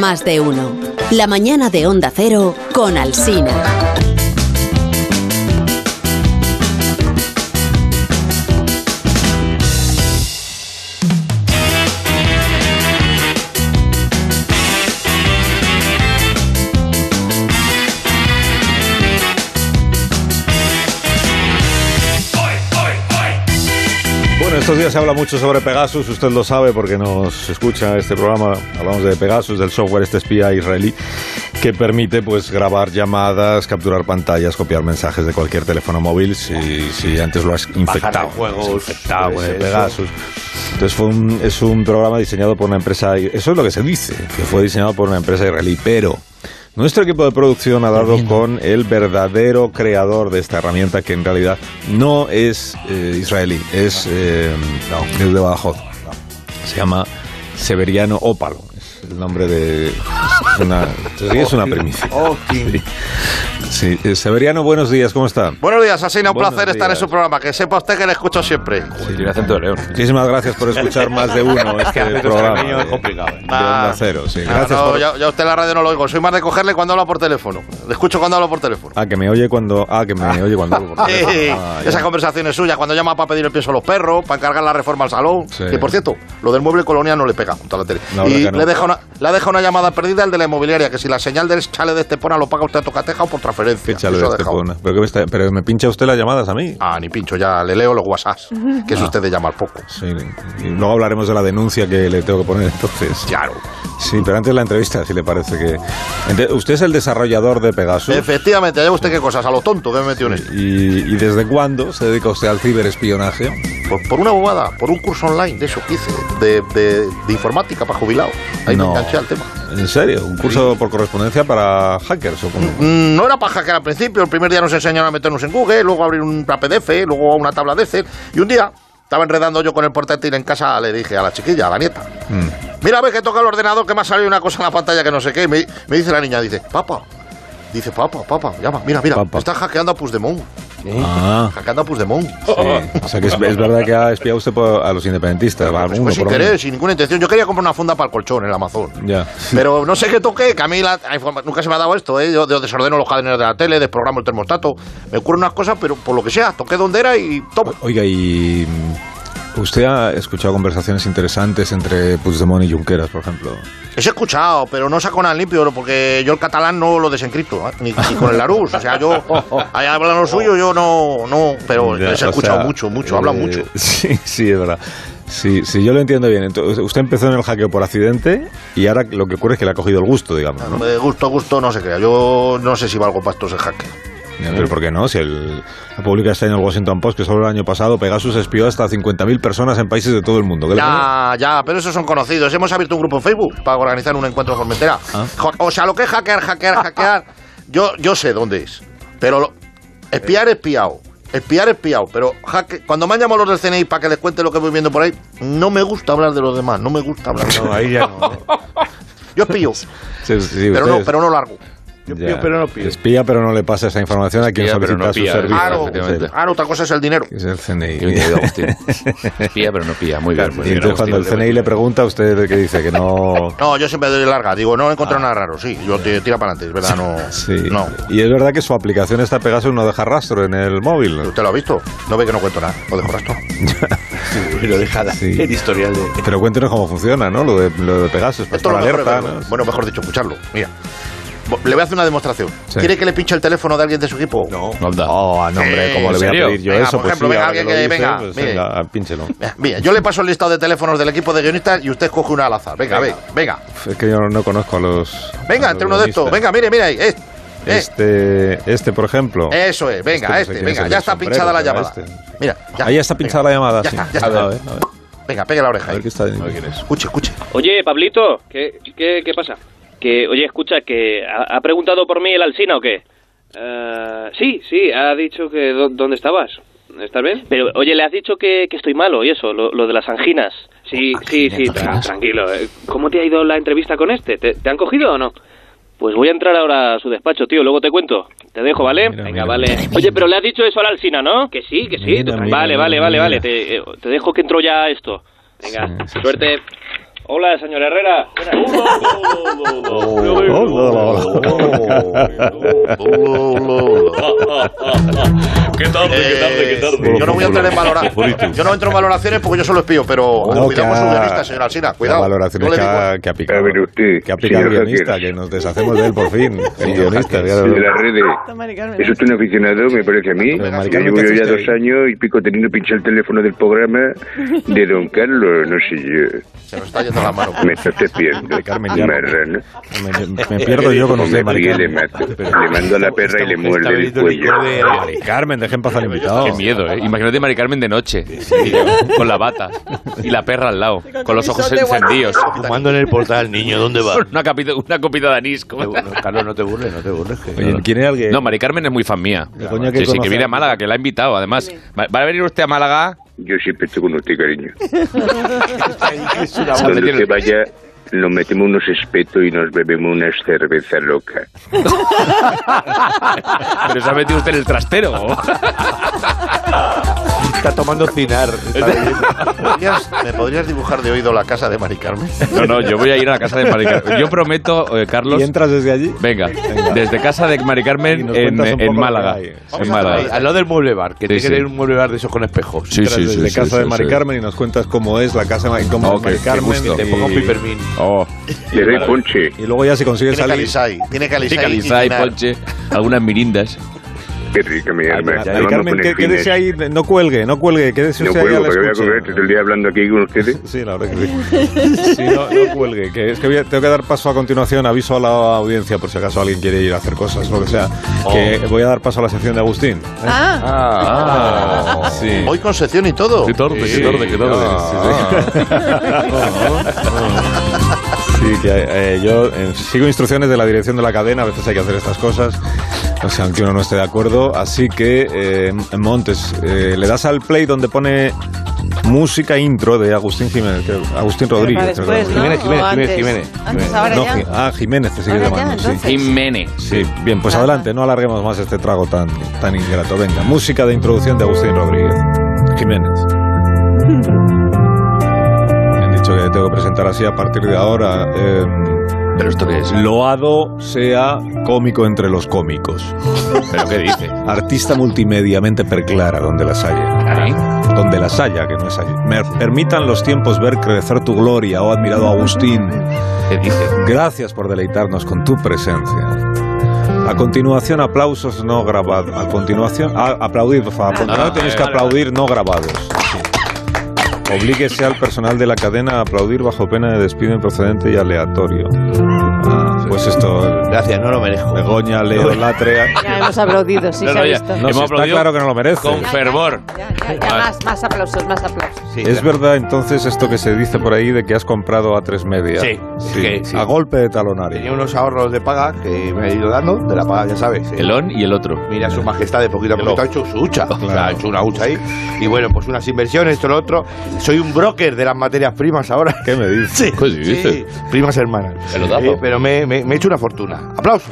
Speaker 13: Más de uno. La mañana de Onda Cero con Alsina.
Speaker 1: Bueno, estos días se habla mucho sobre Pegasus, usted lo sabe porque nos escucha este programa. Hablamos de Pegasus, del software este espía israelí que permite pues grabar llamadas, capturar pantallas, copiar mensajes de cualquier teléfono móvil si, si antes lo has infectado.
Speaker 2: de juegos,
Speaker 1: ¿no? Has infectado
Speaker 2: pues,
Speaker 1: ese
Speaker 2: eso.
Speaker 1: Pegasus. Entonces fue un- es un programa diseñado por una empresa, eso es lo que se dice, que fue diseñado por una empresa israelí, pero nuestro equipo de producción ha dado con el verdadero creador de esta herramienta que en realidad no es eh, israelí, es, eh, es de Badajoz. Se llama Severiano Ópalo. Es el nombre de... Es una, sí, es una primicia. Sí, eh, Severiano, buenos días, ¿cómo está?
Speaker 6: Buenos días, Asina. Un
Speaker 1: Buenos
Speaker 6: placer estar en
Speaker 1: días.
Speaker 6: su programa. Que sepa usted que le escucho siempre.
Speaker 5: Tiene acento de león.
Speaker 1: Muchísimas gracias por escuchar más de uno este programa. de- de Onda Cero, sí.
Speaker 6: No,
Speaker 1: Gracias
Speaker 6: ¿eh? Ah. no,
Speaker 1: por-
Speaker 6: ya, ya usted en la radio no lo oigo. Soy más de cogerle cuando habla por teléfono. Le escucho cuando habla por teléfono.
Speaker 1: Ah, que me oye cuando... Ah, que me oye cuando... hablo por
Speaker 6: Sí,
Speaker 1: teléfono. Ah, ya.
Speaker 6: esas conversaciones suyas, cuando llama para pedir el pienso a los perros, para encargar la reforma al salón.
Speaker 1: Sí.
Speaker 6: Que por cierto, lo del mueble colonial no le pega junto a la tele.
Speaker 1: La verdad
Speaker 6: y
Speaker 1: que no.
Speaker 6: le, deja una, le deja una llamada perdida al de la inmobiliaria, que si la señal del chale de Estepona lo paga usted a tocateja o por transferencia.
Speaker 1: Échale
Speaker 6: Eso ha
Speaker 1: de este
Speaker 6: dejado.
Speaker 1: Estepona. Pero, que me está- pero me pincha usted las llamadas a mí. Ah.
Speaker 6: Ah, ni pincho, ya le leo los WhatsApps, que es usted de llamar poco.
Speaker 1: Sí, y luego hablaremos de la denuncia que le tengo que poner entonces.
Speaker 6: Claro.
Speaker 1: Sí, pero antes la entrevista, si le parece que... Ente- Usted es el desarrollador de Pegasus.
Speaker 6: Efectivamente, ya ve usted qué cosas, a lo tonto que me metió en esto.
Speaker 1: ¿Y, y desde cuándo se dedica usted al ciberespionaje?
Speaker 6: Por, Pues por una bobada, por un curso online de eso que hice, de, de- de informática para jubilado. Ahí
Speaker 1: No.
Speaker 6: me enganché al tema.
Speaker 1: ¿En serio? ¿Un curso por correspondencia para hackers o cómo?
Speaker 6: Mm, No era paja que era al principio. El primer día nos enseñaron a meternos en Google, luego a abrir una PDF, luego a una tabla de Excel. Y un día estaba enredando yo con el portátil en casa, le dije a la chiquilla, a la nieta.
Speaker 1: Mm.
Speaker 6: Mira, ve que toca el ordenador, que me ha salido una cosa en la pantalla que no sé qué. Y Me, me dice la niña, dice, papá. Dice, papá, papá, llama, mira, mira,
Speaker 1: Papá.
Speaker 6: está hackeando a Puigdemont.
Speaker 1: Ah.
Speaker 6: Cacanda Puigdemont.
Speaker 1: Sí. O sea que es, es verdad que ha espiado usted por- a los independentistas. va, uno
Speaker 6: Pues sin
Speaker 1: por lo menos.
Speaker 6: querer, sin ninguna intención. Yo quería comprar una funda para el colchón en el Amazon.
Speaker 1: Ya.
Speaker 6: Pero no sé qué toqué, que a mí la- la informa- nunca se me ha dado esto, ¿eh? Yo, yo desordeno los cadenas de la tele, desprogramo el termostato, me ocurren unas cosas, pero por lo que sea, toqué donde era y toma.
Speaker 1: Oiga, y mm, usted ha escuchado conversaciones interesantes entre Puigdemont y Junqueras, por ejemplo.
Speaker 6: Eso he escuchado, pero no saco nada limpio, porque yo el catalán no lo desencripto, ¿eh? ni, ni con el Larús. O sea, yo, allá hablan lo suyo, yo no, no pero
Speaker 1: Ya,
Speaker 6: les he
Speaker 1: o
Speaker 6: escuchado
Speaker 1: sea,
Speaker 6: mucho, mucho,
Speaker 1: eh,
Speaker 6: hablan mucho.
Speaker 1: Sí, sí, es verdad. Sí, sí, yo lo entiendo bien. Entonces, usted empezó en el hackeo por accidente y ahora lo que ocurre es que le ha cogido el gusto, digamos. ¿no?
Speaker 6: De Eh, gusto a gusto no se crea, yo no sé si valgo para estos hackeo.
Speaker 1: Pero ¿por qué no? Si el, la publica este año el Washington Post, que solo el año pasado Pegasus espió hasta 50.000 personas en países de todo el mundo. ¿Qué le parece?
Speaker 6: Ya, ya, pero esos son conocidos. Hemos abierto un grupo en Facebook para organizar un encuentro de Formentera.
Speaker 1: Ah.
Speaker 6: Jo- O sea, lo que es hackear, hackear, hackear, yo, yo sé dónde es. Pero lo- espiar, espiado. Espiar, espiado. Pero hacke- cuando me han llamado los del CNI para que les cuente lo que voy viendo por ahí, no me gusta hablar de los demás, no me gusta hablar.
Speaker 2: No, ahí ya no.
Speaker 6: Yo espío,
Speaker 1: Sí, sí,
Speaker 6: pero, no,
Speaker 1: ustedes-
Speaker 6: pero no largo. Yo
Speaker 1: Ya. Espía, pero no le pasa esa información a quien
Speaker 5: Espía, pero
Speaker 1: solicita
Speaker 5: no
Speaker 1: su
Speaker 6: ¿eh?
Speaker 5: pía,
Speaker 1: servicio.
Speaker 5: claro, efectivamente.
Speaker 6: Ahora Ah, otra cosa es el dinero.
Speaker 1: Es el CNI.
Speaker 5: Qué bien te digo, Agustín. Espía, pero no pía. Muy bien. muy
Speaker 1: Y
Speaker 5: bien,
Speaker 1: entonces
Speaker 5: Agustín.
Speaker 1: cuando el CNI le pregunta, ¿usted qué dice? Que no...
Speaker 6: No, yo siempre doy larga. Digo, no he encontrado nada raro. Sí, yo te tira para adelante, es verdad, no.
Speaker 1: Ah. Sí. Y es verdad que su aplicación esta Pegasus no deja rastro en el móvil.
Speaker 6: ¿Usted lo ha visto? No ve que no cuento nada. Lo dejo rastro.
Speaker 1: lo deja el historial de... Pero cuéntenos cómo funciona, ¿no? Lo de, lo de Pegasus. Pues
Speaker 6: Esto
Speaker 1: para
Speaker 6: lo mejor es
Speaker 1: alerta,
Speaker 6: verlo.
Speaker 1: ¿no?
Speaker 6: Bueno, mejor dicho, escucharlo. Mira. Bo- Le voy a hacer una demostración.
Speaker 1: Sí.
Speaker 6: ¿Quiere que le pinche el teléfono de alguien de su equipo? No.
Speaker 1: No, no, hombre,
Speaker 6: Sí,
Speaker 1: ¿cómo
Speaker 6: ¿en
Speaker 1: le voy a
Speaker 6: serio?
Speaker 1: pedir yo
Speaker 6: Venga,
Speaker 1: eso?
Speaker 6: por
Speaker 1: Pues
Speaker 6: ejemplo,
Speaker 1: sí,
Speaker 6: venga,
Speaker 1: ahora que
Speaker 6: alguien que-
Speaker 1: lo dice,
Speaker 6: venga,
Speaker 1: pues
Speaker 6: mire.
Speaker 1: venga, pínchelo.
Speaker 6: Mira, yo le paso el listado de teléfonos del equipo de guionistas y usted escoge una al azar. Venga, venga, venga.
Speaker 1: Es que yo no conozco a los...
Speaker 6: Venga, entre uno de estos. Venga, mire, mire ahí. Eh, eh,
Speaker 1: Este, este por ejemplo.
Speaker 6: Eso es, venga,
Speaker 1: no
Speaker 6: este,
Speaker 1: quién
Speaker 6: venga,
Speaker 1: es, el
Speaker 6: ya
Speaker 1: del
Speaker 6: está
Speaker 1: sombrero, este.
Speaker 6: pinchada la
Speaker 1: será
Speaker 6: llamada. Mira, ya.
Speaker 1: Ahí ya está pinchada la llamada,
Speaker 6: Ya
Speaker 1: sí.
Speaker 6: está, ya
Speaker 1: A ver,
Speaker 6: está.
Speaker 1: a ver, a ver.
Speaker 6: Venga, pegue la oreja. ahí.
Speaker 1: ¿Qué está diciendo?
Speaker 6: Escuche, escuche.
Speaker 14: Oye, Pablito, ¿qué, qué, qué pasa? Que, oye, escucha, que ha, ha preguntado por mí el Alsina o qué? Eh, sí, sí, ha dicho que dó- dónde estabas. ¿Estás bien? Pero, oye, le has dicho que, que estoy malo y eso, lo, lo de las anginas. Sí, sí, sí, tra- tranquilo. eh. ¿Cómo te ha ido la entrevista con este? ¿Te, te han cogido o no? Pues voy a entrar ahora a su despacho, tío, luego te cuento. Te dejo, ¿vale? Venga, vale. Oye, pero le has dicho eso al Alsina, ¿no? Que sí, que sí.
Speaker 15: Mira,
Speaker 14: tú tranquilo.
Speaker 15: mira,
Speaker 14: vale,
Speaker 15: mira,
Speaker 14: vale, vale,
Speaker 15: mira.
Speaker 14: vale. Te, eh, te dejo que entro ya a esto. Venga, suerte. Hola, señor Herrera.
Speaker 4: ¿Qué tarde, qué tarde, qué tarde?
Speaker 6: Eh, Yo no voy a entrar en valoraciones. Yo no entro en valoraciones porque yo solo espío, pero
Speaker 1: No,
Speaker 6: cuidado
Speaker 1: que
Speaker 6: con su
Speaker 1: ha-
Speaker 6: guionista, señor Alsina.
Speaker 1: La
Speaker 6: Cuidado.
Speaker 1: valoración
Speaker 6: Yo
Speaker 1: es
Speaker 6: le
Speaker 1: que
Speaker 6: digo-
Speaker 1: ha, que ha picado. que ha picado el
Speaker 16: señor
Speaker 1: guionista, que nos deshacemos de él por fin. El
Speaker 16: Señor
Speaker 1: guionista,
Speaker 16: Jaque,
Speaker 1: ya lo
Speaker 16: de
Speaker 1: veo.
Speaker 16: las redes. Es usted un aficionado, me parece a mí. Yo
Speaker 1: Maricarmen,
Speaker 16: llevo
Speaker 1: ¿qué
Speaker 16: yo
Speaker 1: haces
Speaker 16: ya
Speaker 1: tú ahí?
Speaker 16: dos años y pico teniendo pinchado el teléfono del programa de don Carlos, no sé yo.
Speaker 6: Se nos está yendo la mano.
Speaker 16: Me estás espiando.
Speaker 1: Carmen, ya no.
Speaker 16: Marrano.
Speaker 1: me- me pierdo yo con usted,
Speaker 16: Me ríe,
Speaker 1: Maricarmen.
Speaker 16: le mato. Le mando a la perra y le
Speaker 17: Pues
Speaker 16: muerde el cuello.
Speaker 1: Mari Carmen, dejen pasar al invitado.
Speaker 5: Qué miedo, ¿eh? Imagínate a Mari Carmen de noche, con la bata y la perra al lado, con los ojos
Speaker 2: camisote,
Speaker 5: encendidos.
Speaker 2: guarda.
Speaker 5: Fumando en el portal, niño,
Speaker 2: ¿dónde va?
Speaker 5: Una, capita- una copita de anís. Carlos, no te burles, no te burles.
Speaker 1: ¿quién era alguien?
Speaker 5: No, Mari Carmen es muy fan mía.
Speaker 1: coña que
Speaker 5: Sí, sí,
Speaker 1: conoce.
Speaker 5: que viene a Málaga, que la ha invitado, además. ¿Va va a venir usted a Málaga?
Speaker 16: Yo siempre estoy con usted, cariño.
Speaker 5: una bomba.
Speaker 16: Donde usted vaya, nos metemos unos espetos y nos bebemos una cerveza loca.
Speaker 5: Pero se ha metido usted en el trastero.
Speaker 2: Está tomando cinar.
Speaker 6: ¿Podrías- ¿Me podrías dibujar de oído la casa de Mari Carmen?
Speaker 5: No, no, yo voy a ir a la casa de Mari Carmen. Yo prometo, eh, Carlos.
Speaker 1: ¿Y entras desde allí?
Speaker 5: Venga, desde casa de Mari Carmen en,
Speaker 2: cuentas un
Speaker 5: en
Speaker 2: poco
Speaker 5: Málaga.
Speaker 2: lo que hay.
Speaker 5: En Málaga.
Speaker 2: Al lado del mueble bar, que
Speaker 5: Sí,
Speaker 2: tiene que
Speaker 5: sí.
Speaker 2: tener un mueble bar de esos con espejos.
Speaker 5: Sí, sí, sí,
Speaker 1: desde
Speaker 5: sí,
Speaker 1: casa
Speaker 5: sí,
Speaker 1: de Mari
Speaker 5: sí.
Speaker 1: Carmen y nos cuentas cómo es la casa de Mari- cómo es
Speaker 5: Oh, qué-
Speaker 1: Mari
Speaker 5: qué
Speaker 1: Carmen.
Speaker 5: gusto.
Speaker 1: y-
Speaker 5: Te pongo pipermín. Oh.
Speaker 16: Le doy ponche.
Speaker 1: Y luego ya si consigues
Speaker 6: Tiene
Speaker 1: salir...
Speaker 6: calizai, tiene
Speaker 5: Sí,
Speaker 6: calizai.
Speaker 5: calizai,
Speaker 6: y cinar.
Speaker 5: ponche, algunas mirindas.
Speaker 16: Qué rica mi
Speaker 1: Ay,
Speaker 16: alma.
Speaker 1: Mari
Speaker 16: Nos vamos a
Speaker 1: Carmen,
Speaker 16: poner
Speaker 1: que-
Speaker 16: fines.
Speaker 1: quédese ahí, no cuelgue, no cuelgue, quédese
Speaker 16: No
Speaker 1: usted ahí
Speaker 16: puedo,
Speaker 1: a la
Speaker 16: porque voy a
Speaker 1: escucha.
Speaker 16: comer todo el día hablando aquí con ustedes.
Speaker 1: Sí, la verdad que sí. Sí, no, no cuelgue, que es que voy a- tengo que dar paso a continuación, aviso a la audiencia por si acaso alguien quiere ir a hacer cosas, lo que sea,
Speaker 5: Oh.
Speaker 1: que voy a dar paso a la sección de Agustín. ¿eh?
Speaker 6: Ah.
Speaker 1: Ah, sí.
Speaker 6: Hoy con sección y todo. Ah.
Speaker 1: Qué tarde, qué tarde, qué tarde. Sí, que eh, yo eh, sigo instrucciones de la dirección de la cadena, a veces hay que hacer estas cosas, o sea, aunque uno no esté de acuerdo, así que, eh, Montes, eh, le das al play donde pone música intro de Agustín Jiménez, creo- Agustín Rodríguez.
Speaker 3: Para
Speaker 1: creo que
Speaker 3: después,
Speaker 1: era.
Speaker 3: ¿no? O antes. Antes, ahora
Speaker 1: No,
Speaker 3: ya.
Speaker 1: Ji- ah, Jiménez, te sigue
Speaker 3: Ahora ya,
Speaker 1: llamando. sí.
Speaker 3: entonces.
Speaker 5: Jiménez.
Speaker 1: Sí, bien, pues adelante, no alarguemos más este trago tan, tan ingrato. Venga, música de introducción de Agustín Rodríguez. Jiménez. Me han dicho que tengo que presentar así a partir de ahora. em,
Speaker 11: ¿Pero esto qué es?
Speaker 1: Loado sea cómico entre los cómicos.
Speaker 11: ¿Pero qué dice?
Speaker 1: Artista multimediamente preclara, donde las haya. Donde las haya, que no es allí. Me permitan los tiempos ver crecer tu gloria, oh admirado Agustín.
Speaker 11: ¿Qué dice?
Speaker 1: Gracias por deleitarnos con tu presencia. A continuación, aplausos no grabados. A continuación, ah, aplaudid, por favor. A continuación tenéis que
Speaker 11: Ah, vale,
Speaker 1: aplaudir no grabados. Oblíguese al personal de la cadena a aplaudir bajo pena de despido improcedente y aleatorio. Ah, pues esto.
Speaker 2: Gracias, no lo merezco.
Speaker 1: Begoña, Leo, Latre. ah,
Speaker 3: Ya hemos aplaudido, sí,
Speaker 1: No,
Speaker 3: se
Speaker 1: no,
Speaker 3: ha
Speaker 1: ya.
Speaker 3: visto.
Speaker 1: No, si está claro que no lo merece.
Speaker 5: Con fervor. Ah,
Speaker 3: Ya, ya, más, más aplausos, más aplausos.
Speaker 1: ¿Es verdad entonces esto que se dice por ahí de que has comprado a tres media?
Speaker 2: Sí, que sí.
Speaker 1: A golpe de talonario.
Speaker 2: Tenía unos ahorros de paga que me he ido dando, de la paga ya sabes.
Speaker 5: El on y el otro.
Speaker 2: Mira, su majestad de poquito a poquito ha hecho su hucha. O sea, ha hecho una hucha ahí. Y bueno, pues unas inversiones, esto, lo otro. Soy un broker de las materias primas ahora.
Speaker 1: ¿Qué me dices?
Speaker 2: Sí,
Speaker 5: ¿Qué dices?
Speaker 2: sí, primas hermanas. Eh,
Speaker 5: Pelotazo.
Speaker 2: pero me, me- me he hecho una fortuna. ¡Aplausos!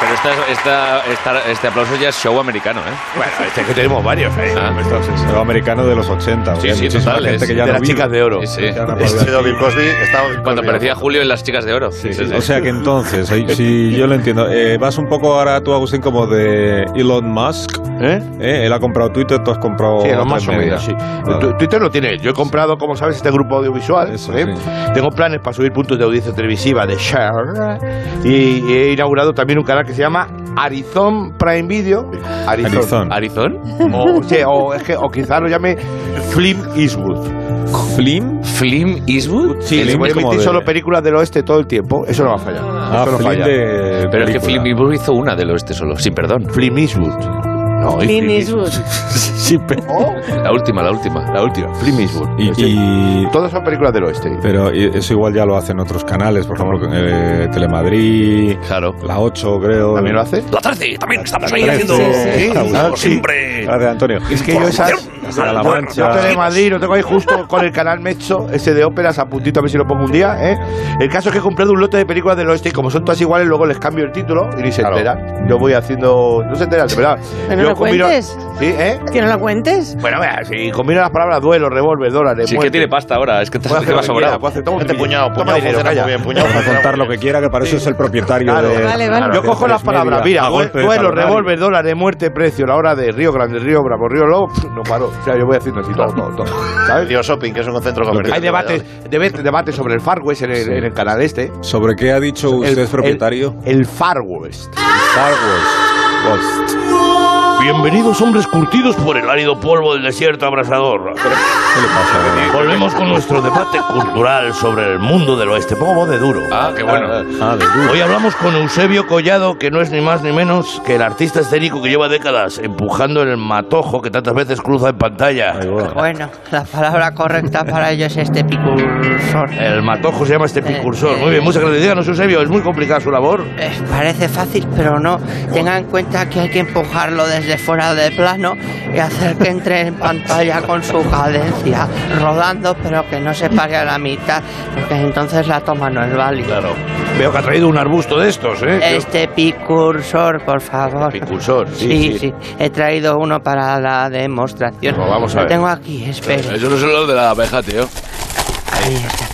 Speaker 5: Pero esta, esta- esta- este aplauso ya es show americano, ¿eh? Ah.
Speaker 2: Bueno, este que tenemos varios ahí.
Speaker 1: Pero americano de los 80.
Speaker 5: Sí,
Speaker 1: o sea,
Speaker 5: sí,
Speaker 1: muchísima
Speaker 5: total,
Speaker 1: gente
Speaker 5: es
Speaker 1: que ya
Speaker 5: de
Speaker 1: no
Speaker 5: las
Speaker 1: vive.
Speaker 5: chicas de oro.
Speaker 1: Sí,
Speaker 5: Sí.
Speaker 1: ya no
Speaker 5: Este
Speaker 1: puede.
Speaker 5: Bill Cosby Cuando
Speaker 1: Cosby.
Speaker 5: aparecía Julio en Las Chicas de Oro. Sí, sí.
Speaker 1: O sea que entonces, ahí- si yo lo entiendo, eh, vas un poco ahora tú, Agustín, como de Elon Musk.
Speaker 2: ¿Eh?
Speaker 1: Él ha comprado Twitter, tú has comprado.
Speaker 2: Sí, lo
Speaker 1: otras
Speaker 2: más o menos,
Speaker 1: medias.
Speaker 2: sí.
Speaker 1: Vale.
Speaker 2: Tu- Twitter lo tiene. Yo he comprado, como sabes, este grupo audiovisual. ¿eh? Tengo planes para subir puntos de audiencia televisiva de Share. Y, y he inaugurado también un canal que se llama Arizon Prime Video. Arizon.
Speaker 5: ¿Arizón?
Speaker 2: O, sí, o, es que, o quizá lo llame Flim Eastwood.
Speaker 1: ¿Flim?
Speaker 5: ¿Flim Eastwood?
Speaker 2: Sí,
Speaker 5: El
Speaker 2: le
Speaker 5: Flim
Speaker 2: eh, voy a
Speaker 5: es como
Speaker 2: emitir
Speaker 5: de-
Speaker 2: solo películas del oeste todo el tiempo. Eso no va a fallar.
Speaker 5: Ah,
Speaker 2: Eso no
Speaker 5: Flim
Speaker 2: falla.
Speaker 5: de Pero es que Flim Eastwood hizo una del oeste solo, sin perdón.
Speaker 2: Flim Eastwood. No,
Speaker 5: y
Speaker 3: Clint
Speaker 5: Flim
Speaker 3: Eastwood.
Speaker 2: Sin perdón.
Speaker 5: La última, la última.
Speaker 2: La última, Flim Eastwood. Eh,
Speaker 1: Y,
Speaker 2: Todas son películas del oeste.
Speaker 1: Pero y- eso igual ya lo hacen otros canales, por ejemplo, eh, Telemadrid, La 8, creo.
Speaker 2: ¿También lo hace?
Speaker 11: La 13, también estamos ahí
Speaker 1: La
Speaker 11: haciendo.
Speaker 1: 13, sí,
Speaker 11: Estamos
Speaker 1: claro, sí.
Speaker 11: siempre.
Speaker 1: Gracias, Antonio.
Speaker 2: Es que yo esas.
Speaker 1: A la mancha.
Speaker 2: Yo de Madrid, lo tengo ahí justo con el canal Mezzo, ese de óperas, a puntito a ver si lo pongo un día. ¿eh? El caso es que he comprado un lote de películas del oeste y como son todas iguales, luego les cambio el título y ni se
Speaker 6: Claro.
Speaker 2: enteran. Yo voy haciendo. No se enteran, de verdad.
Speaker 3: ¿Que no
Speaker 2: Yo
Speaker 3: lo
Speaker 2: combino-
Speaker 3: cuentes?
Speaker 2: ¿Sí, eh?
Speaker 3: ¿Que no lo cuentes?
Speaker 2: Bueno, vea, si combino las palabras duelo, revólver, dólares.
Speaker 5: Sí, es que
Speaker 2: muerte.
Speaker 5: tiene pasta ahora, es que te,
Speaker 2: Puedo hacer
Speaker 5: te
Speaker 2: lo
Speaker 5: va
Speaker 2: que quiera,
Speaker 5: sobrado.
Speaker 2: puedo hacer- toma un
Speaker 6: Este
Speaker 2: cepillo,
Speaker 6: puñado,
Speaker 2: toma
Speaker 6: puñado
Speaker 2: dinero,
Speaker 6: funciona muy
Speaker 2: calla.
Speaker 6: bien, puñado.
Speaker 1: Vamos a contar lo que quiera, que para eso es el propietario
Speaker 2: Claro.
Speaker 1: de.
Speaker 2: Yo cojo las palabras, mira, duelo, revólver, dólares, muerte, precio, la hora de Río Grande, Río Bravo, Río Lobo, no paro. O sea, yo voy haciendo así todo, todo, todo. ¿Sabes?
Speaker 6: Río Shopping, que es un centro comercial.
Speaker 2: Hay debates debate, debate sobre el Far West en el, en el canal este.
Speaker 1: ¿Sobre qué ha dicho usted es propietario?
Speaker 2: El, el Far West.
Speaker 1: Star Wars. Ghost.
Speaker 15: Bienvenidos hombres curtidos por el árido polvo del desierto abrasador. Volvemos con nuestro debate cultural sobre el mundo del oeste. Pongo voz de duro.
Speaker 5: Ah, qué bueno.
Speaker 15: Hoy hablamos con Eusebio Collado, que no es ni más ni menos que el artista escénico que lleva décadas empujando el matojo que tantas veces cruza en pantalla.
Speaker 18: Bueno, la palabra correcta para ello es este picursor.
Speaker 15: El matojo se llama este
Speaker 18: eh,
Speaker 15: precursor. Muy bien, muchas
Speaker 6: eh,
Speaker 15: gracias. Díganos, Eusebio, es muy complicada su labor.
Speaker 18: Eh, parece fácil, pero no. Tenga en cuenta que hay que empujarlo desde fuera del plano y hacer que entre en pantalla con su cadencia, rodando, pero que no se pare a la mitad, porque entonces la toma no es válida.
Speaker 15: Claro. Veo que ha traído un arbusto de estos, ¿eh?
Speaker 18: Este picursor, por favor.
Speaker 15: Picursor,
Speaker 18: Sí, sí, He traído uno para la demostración.
Speaker 15: No, vamos a
Speaker 18: Lo
Speaker 15: ver.
Speaker 18: tengo aquí, espere.
Speaker 5: Eso no es lo de la abeja, tío.
Speaker 18: Ahí está.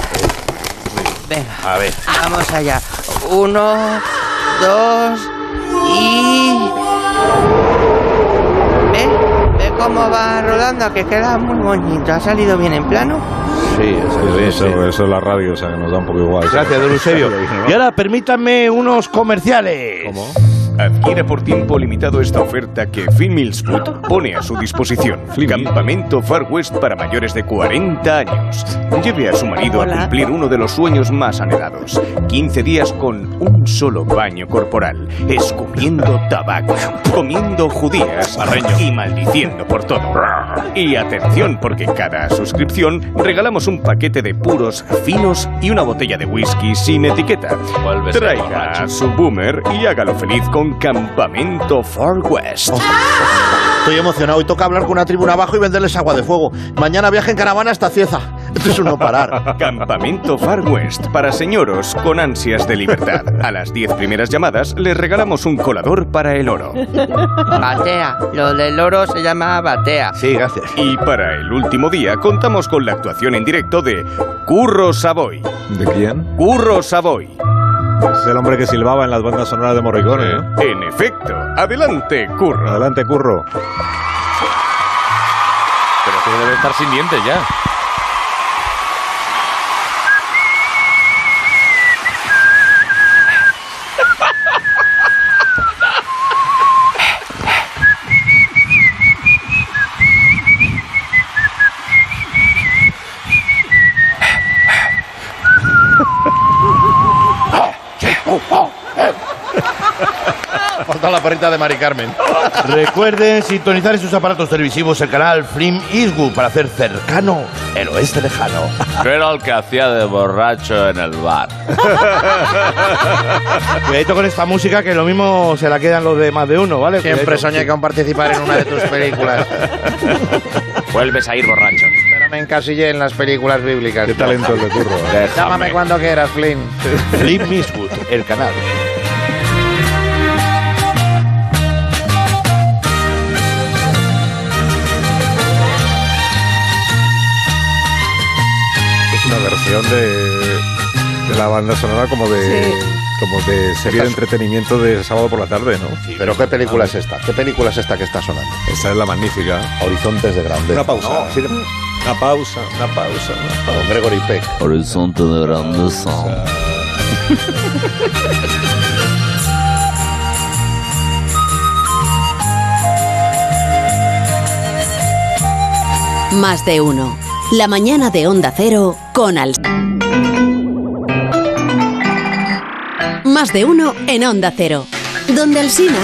Speaker 18: Venga.
Speaker 15: A ver.
Speaker 18: Vamos allá. Uno, dos y... ¿Ve? ¿Ve cómo va rodando? Que queda muy bonito. ¿Ha salido bien en plano?
Speaker 2: Sí,
Speaker 1: eso, eso- eso es la radio, o sea, que nos da un poco igual.
Speaker 2: Gracias, don Eusebio.
Speaker 1: ¿no?
Speaker 2: Y ahora permítanme unos comerciales. ¿Cómo?
Speaker 17: Adquiere por tiempo limitado esta oferta que Finmilsfood pone a su disposición. Campamento Far West para mayores de 40 años. Lleve a su marido a cumplir uno de los sueños más anhelados. 15 días con un solo baño corporal, escupiendo tabaco, comiendo judías y maldiciendo por todo. Y atención, porque cada suscripción regalamos un paquete de puros finos y una botella de whisky sin etiqueta. Traiga a su boomer y hágalo feliz con Campamento Far West.
Speaker 6: Estoy emocionado. Hoy toca hablar con una tribuna abajo y venderles agua de fuego. Mañana viaje en caravana hasta Cieza. Esto es un no parar.
Speaker 17: Campamento Far West para señoros con ansias de libertad. A las 10 primeras llamadas les regalamos un colador para el oro.
Speaker 18: Batea. Lo del oro se llama batea.
Speaker 17: Sí, gracias. Y para el último día contamos con la actuación en directo de Curro Savoy.
Speaker 1: ¿De quién?
Speaker 17: Curro Savoy.
Speaker 1: Es el hombre que silbaba en las bandas sonoras de Morricone, ¿no?
Speaker 17: En efecto, adelante, Curro.
Speaker 1: Adelante, curro.
Speaker 5: Pero tú debes estar sin dientes ya.
Speaker 6: Falta la perrita de Mari Carmen.
Speaker 2: Recuerden sintonizar en sus aparatos televisivos el canal Film Eastwood para hacer cercano el oeste lejano.
Speaker 5: Yo era el que hacía de borracho en el bar.
Speaker 2: Cuidadito con esta música que lo mismo se la quedan los de más de uno, ¿vale?
Speaker 6: Siempre soñé con participar en una de tus películas.
Speaker 5: Vuelves a ir borracho.
Speaker 6: Pero me encasillé en las películas bíblicas.
Speaker 1: Qué talento el de curro. ¿eh?
Speaker 6: Llámame cuando quieras, Flynn.
Speaker 2: Flynn Eastwood, el canal.
Speaker 1: Es una versión de, de la banda sonora como de, como de serie de entretenimiento de sábado por la tarde, ¿no?
Speaker 6: Pero ¿qué película es esta? ¿Qué película es esta que está sonando?
Speaker 1: Esa es la magnífica.
Speaker 6: Horizontes de grandeza.
Speaker 1: Una pausa.
Speaker 6: No, sí,
Speaker 1: Una pausa, una pausa. una pausa.
Speaker 6: Con Gregory Peck.
Speaker 19: Horizonte de grandeza.
Speaker 13: Más de uno. La mañana de Onda Cero con Al. Más de uno en Onda Cero. Donde Alsina.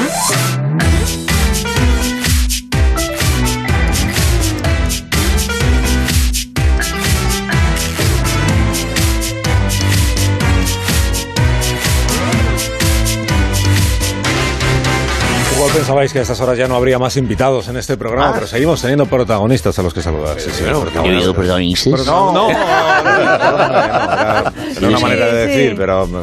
Speaker 1: Igual pensabais que a estas horas ya no habría más invitados en este programa,
Speaker 6: Ah.
Speaker 1: pero seguimos teniendo protagonistas a los que saludar. Sí, sí,
Speaker 19: Yo
Speaker 1: protagonistas.
Speaker 19: digo protagonistas.
Speaker 1: No, no, no, no, no, no, no, Era una
Speaker 19: Sí,
Speaker 1: manera de
Speaker 3: sí.
Speaker 1: decir, pero mm.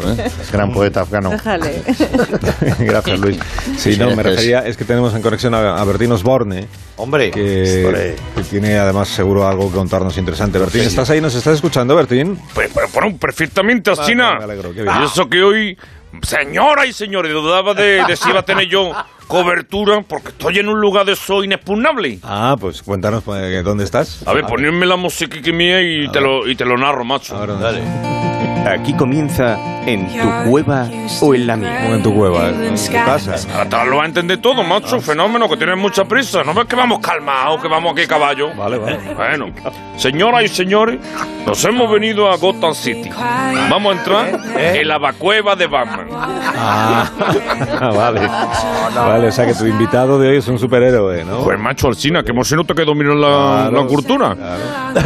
Speaker 6: Gran poeta afgano.
Speaker 3: Déjale.
Speaker 1: Gracias, Luis. Sí,
Speaker 19: Muchas
Speaker 1: no, me
Speaker 19: gracias.
Speaker 1: refería, es que tenemos en conexión a, a Bertín Osborne.
Speaker 2: Hombre.
Speaker 1: Que,
Speaker 2: Hombre.
Speaker 1: que tiene además seguro algo que contarnos interesante. Bertín,
Speaker 2: Sí.
Speaker 1: ¿estás ahí? ¿Nos estás escuchando, Bertín?
Speaker 9: Pues, pero fueron perfectamente, Astina.
Speaker 1: me alegro, qué bien.
Speaker 9: y eso que hoy, señora y señores, dudaba de, de si iba a tener yo cobertura, porque estoy en un lugar de eso inexpugnable.
Speaker 1: Ah, pues cuéntanos pues, dónde estás.
Speaker 9: A ver, ponerme la música que mía y te, lo, y te lo narro, macho. Dale.
Speaker 17: Aquí comienza en tu cueva o en la mía.
Speaker 1: en tu cueva,
Speaker 9: en tu casa. Ahora lo vas a entender todo, macho. Fenómeno, que tienes mucha prisa. ¿No ves que vamos calmados, que vamos aquí caballo? Vale, vale. Bueno, señoras y señores, nos hemos venido a Gotham City. Vamos a entrar en la vacueva de Batman.
Speaker 1: Ah, vale. Vale, o sea que tu invitado de hoy es un superhéroe, ¿no?
Speaker 9: Pues macho Alcina, que Mosé no te quedó mirando la,
Speaker 1: Claro,
Speaker 9: la cultura.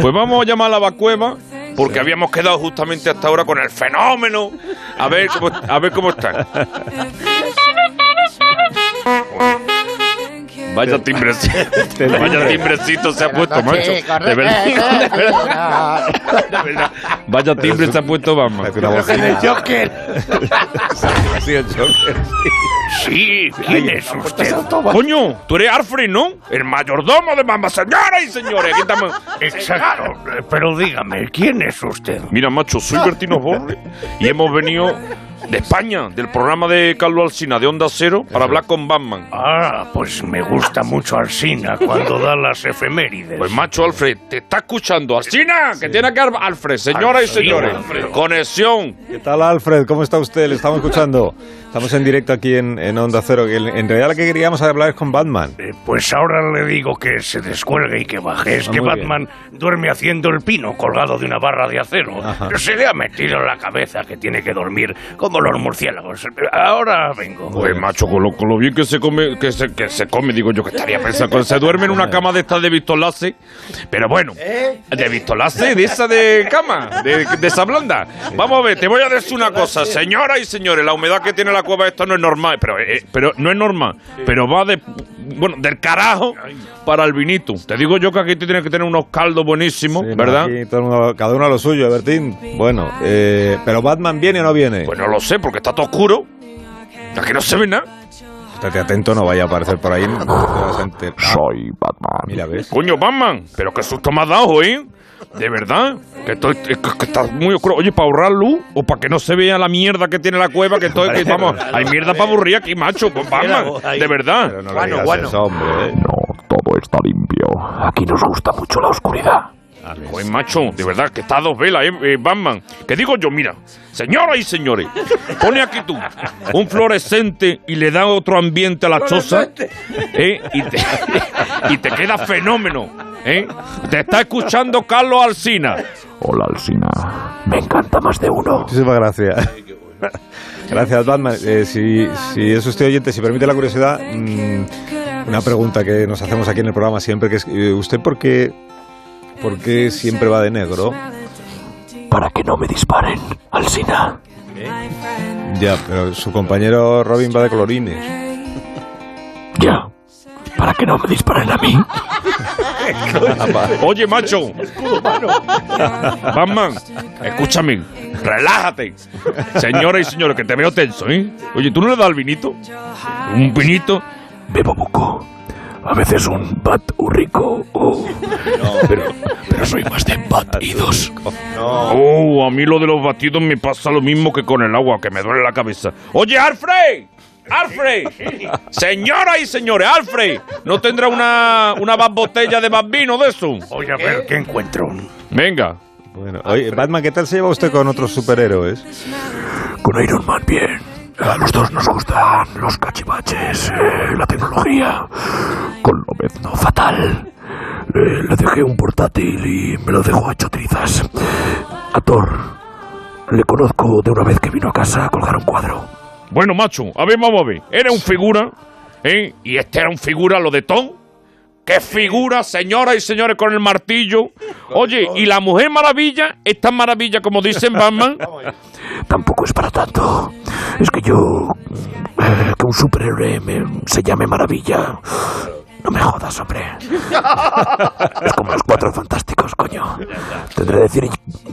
Speaker 9: Pues vamos a llamar a la vacueva, porque habíamos quedado justamente hasta ahora con el fenómeno. A ver cómo, a ver cómo está. Vaya timbrecito, vaya timbrecito se ha puesto, macho. De verdad, de verdad, de verdad. Vaya timbre se ha puesto Batman.
Speaker 2: Joker.
Speaker 1: Sí, el Joker.
Speaker 9: Sí, ¿quién es usted? Coño, tú eres Alfred, ¿no? El mayordomo de mamá, señoras y señores. Aquí estamos.
Speaker 15: Exacto. Pero dígame, ¿quién es usted?
Speaker 9: Mira, macho, soy Bertino Borre y hemos venido de España, del programa de Carlos Alsina, de Onda Cero, para hablar con Batman.
Speaker 15: Ah, pues me gusta mucho Alsina cuando da las efemérides.
Speaker 9: Pues macho, Alfred, te está escuchando. Alsina, que tiene que hablar Alfred, señoras y
Speaker 15: Alsina,
Speaker 9: señores.
Speaker 15: Alfred.
Speaker 9: Conexión.
Speaker 1: ¿Qué tal, Alfred? ¿Cómo está usted? Le estamos escuchando. Estamos en directo aquí en, en Onda Cero. que En en realidad lo que queríamos hablar es con Batman.
Speaker 15: Eh, Pues ahora le digo que se descuelgue y que baje. Es
Speaker 1: Ah,
Speaker 15: que
Speaker 1: muy bien.
Speaker 15: Batman duerme haciendo el pino colgado de una barra de acero.
Speaker 1: Ajá.
Speaker 15: Se le ha metido en la cabeza que tiene que dormir como los murciélagos. Ahora vengo.
Speaker 9: Pues macho, con lo, con lo bien que se come, que se, que se come, digo yo que estaría pensando. Se duerme en una cama de estas de Vistolase. Pero bueno, de Vistolase, de esa de cama, de, de esa blanda. Vamos a ver, te voy a decir una cosa, señoras y señores, la humedad que tiene la cueva, esto no es normal, pero, eh, pero no es normal. Pero va de, eh, bueno, del carajo para el vinito. Te digo yo que aquí tú tienes que tener unos caldos buenísimos,
Speaker 1: Sí, no,
Speaker 9: ¿verdad?
Speaker 1: aquí todo el mundo- cada uno a lo suyo, Bertín. Bueno, eh, pero Batman viene o no viene.
Speaker 9: Pues no lo sé, porque está todo oscuro. Aquí no se ve nada.
Speaker 1: Estate atento, no vaya a aparecer por ahí. Soy Batman. Mira, ves.
Speaker 9: Coño, Batman, pero qué susto me has dado, ¿eh? De verdad, que, estoy, que, que está muy oscuro. Oye, para ahorrar luz o para que no se vea la mierda que tiene la cueva, que estoy, que vamos, hay mierda para aburrir aquí, macho, pues Batman, de verdad.
Speaker 1: No le digas eso, hombre, ¿eh?
Speaker 9: todo está limpio. Aquí nos gusta mucho la oscuridad.
Speaker 1: Ah,
Speaker 9: Joder, macho, de verdad, que está a dos velas, eh, eh, Batman. Que digo yo, mira, señoras y señores, pone aquí tú un fluorescente y le da otro ambiente a la choza, ¿eh? y, te, y te queda fenómeno, ¿eh? Te está escuchando Carlos Alsina.
Speaker 1: Hola, Alcina. Me encanta más de uno. Muchísimas gracias. Gracias, Batman. Eh, si, si es usted oyente, si permite la curiosidad, mm, una pregunta que nos hacemos aquí en el programa siempre, que es, eh, ¿usted por qué, por qué siempre va de negro? Para que no me disparen, Alcina. Ya, pero su compañero Robin va de colorines. Ya, para que no me disparen a mí.
Speaker 9: Oye, macho. Batman, escúchame, relájate. Señoras y señores, que te veo tenso, ¿eh? Oye, ¿tú no le das el vinito? Un vinito. Bebo buco. A veces un bat rico.
Speaker 1: oh.
Speaker 9: pero, soy más de batidos. Oh, a mí lo de los batidos me pasa lo mismo que con el agua, que me duele la cabeza. Oye, Alfred. Alfred, señoras y señores, Alfred, ¿no tendrá una, una más botella de más vino de eso? Oye, a ver, ¿qué encuentro? Venga.
Speaker 1: Bueno, oye, Batman, ¿qué tal se lleva usted con otros superhéroes? Con Iron Man, bien. A los dos nos
Speaker 20: Ah,
Speaker 1: gustan los cachivaches, la tecnología.
Speaker 20: eh, Con Lobezno, fatal. Eh, le dejé un portátil y me lo dejó hecho trizas. A Thor, le conozco de una vez que vino a casa a colgar un cuadro.
Speaker 9: Bueno, macho, a ver, vamos a ver. Era un figura, ¿eh? Y este era un figura, lo de Tom. ¡Qué figura, señoras y señores, con el martillo! Oye, ¿y la Mujer Maravilla? ¿Es tan maravilla como dicen Batman?
Speaker 20: Tampoco es para tanto. Es que yo. eh, que un superhéroe me- se llame Maravilla. No me jodas, hombre. Es como los cuatro fantásticos, coño. Tendré, que decir,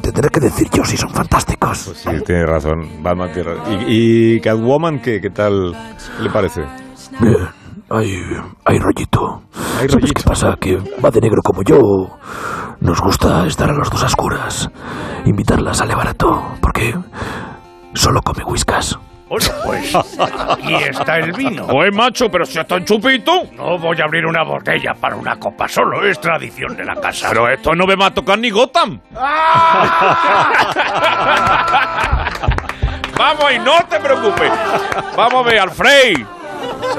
Speaker 20: tendré que decir yo si son fantásticos.
Speaker 1: Sí,
Speaker 9: Pues
Speaker 1: tiene razón, Batman. tiene razón. ¿Y, y Catwoman qué, qué tal le parece?
Speaker 20: Bien, hay, hay rollito. ¿Sabes qué pasa? Que va de negro como yo. Nos gusta estar a los dos a oscuras. Invitarla sale barato, porque solo come whiskas.
Speaker 15: Bueno, pues. Y está el vino.
Speaker 9: Oye, macho, pero si está en chupito.
Speaker 15: No voy a abrir una botella para una copa solo, es tradición de la casa.
Speaker 9: Pero esto no me va a tocar ni Gotham.
Speaker 15: ¡Ah!
Speaker 9: Vamos y no te preocupes. Vamos a ver, Alfred.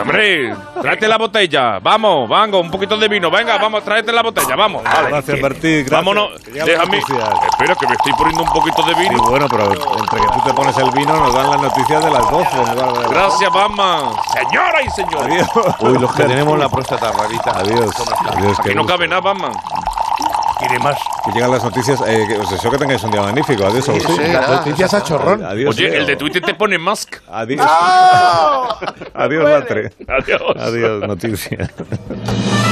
Speaker 9: Hombre, tráete la botella. Vamos, vango, un poquito de vino. Venga, vamos, tráete la botella. Vamos. Vale.
Speaker 1: Gracias, Martí. gracias.
Speaker 9: Vámonos.
Speaker 1: Que llega la
Speaker 9: Déjame.
Speaker 1: noticia.
Speaker 9: Espera, que me estoy poniendo un poquito de
Speaker 1: Sí,
Speaker 9: vino.
Speaker 1: bueno, pero entre que tú te pones el vino nos dan las noticias de las 12. en lugar de las-
Speaker 9: Gracias, Batman. Señoras y señores.
Speaker 1: Uy, los que tenemos la
Speaker 2: próstata rarita.
Speaker 1: Adiós. Adiós,
Speaker 9: Aquí
Speaker 1: qué
Speaker 9: no
Speaker 1: gusto.
Speaker 9: cabe nada, Batman.
Speaker 15: Quiere más.
Speaker 1: Que llegan las noticias. Eh, que os deseo que tengáis un día magnífico. Adiós, Agustín.
Speaker 9: sí, Las nada. noticias
Speaker 1: a chorrón. Adiós.
Speaker 9: Oye,
Speaker 1: Leo.
Speaker 9: el de Twitter te pone mask.
Speaker 1: Adiós. Adiós, Latre.
Speaker 9: Adiós.
Speaker 1: Adiós, noticias.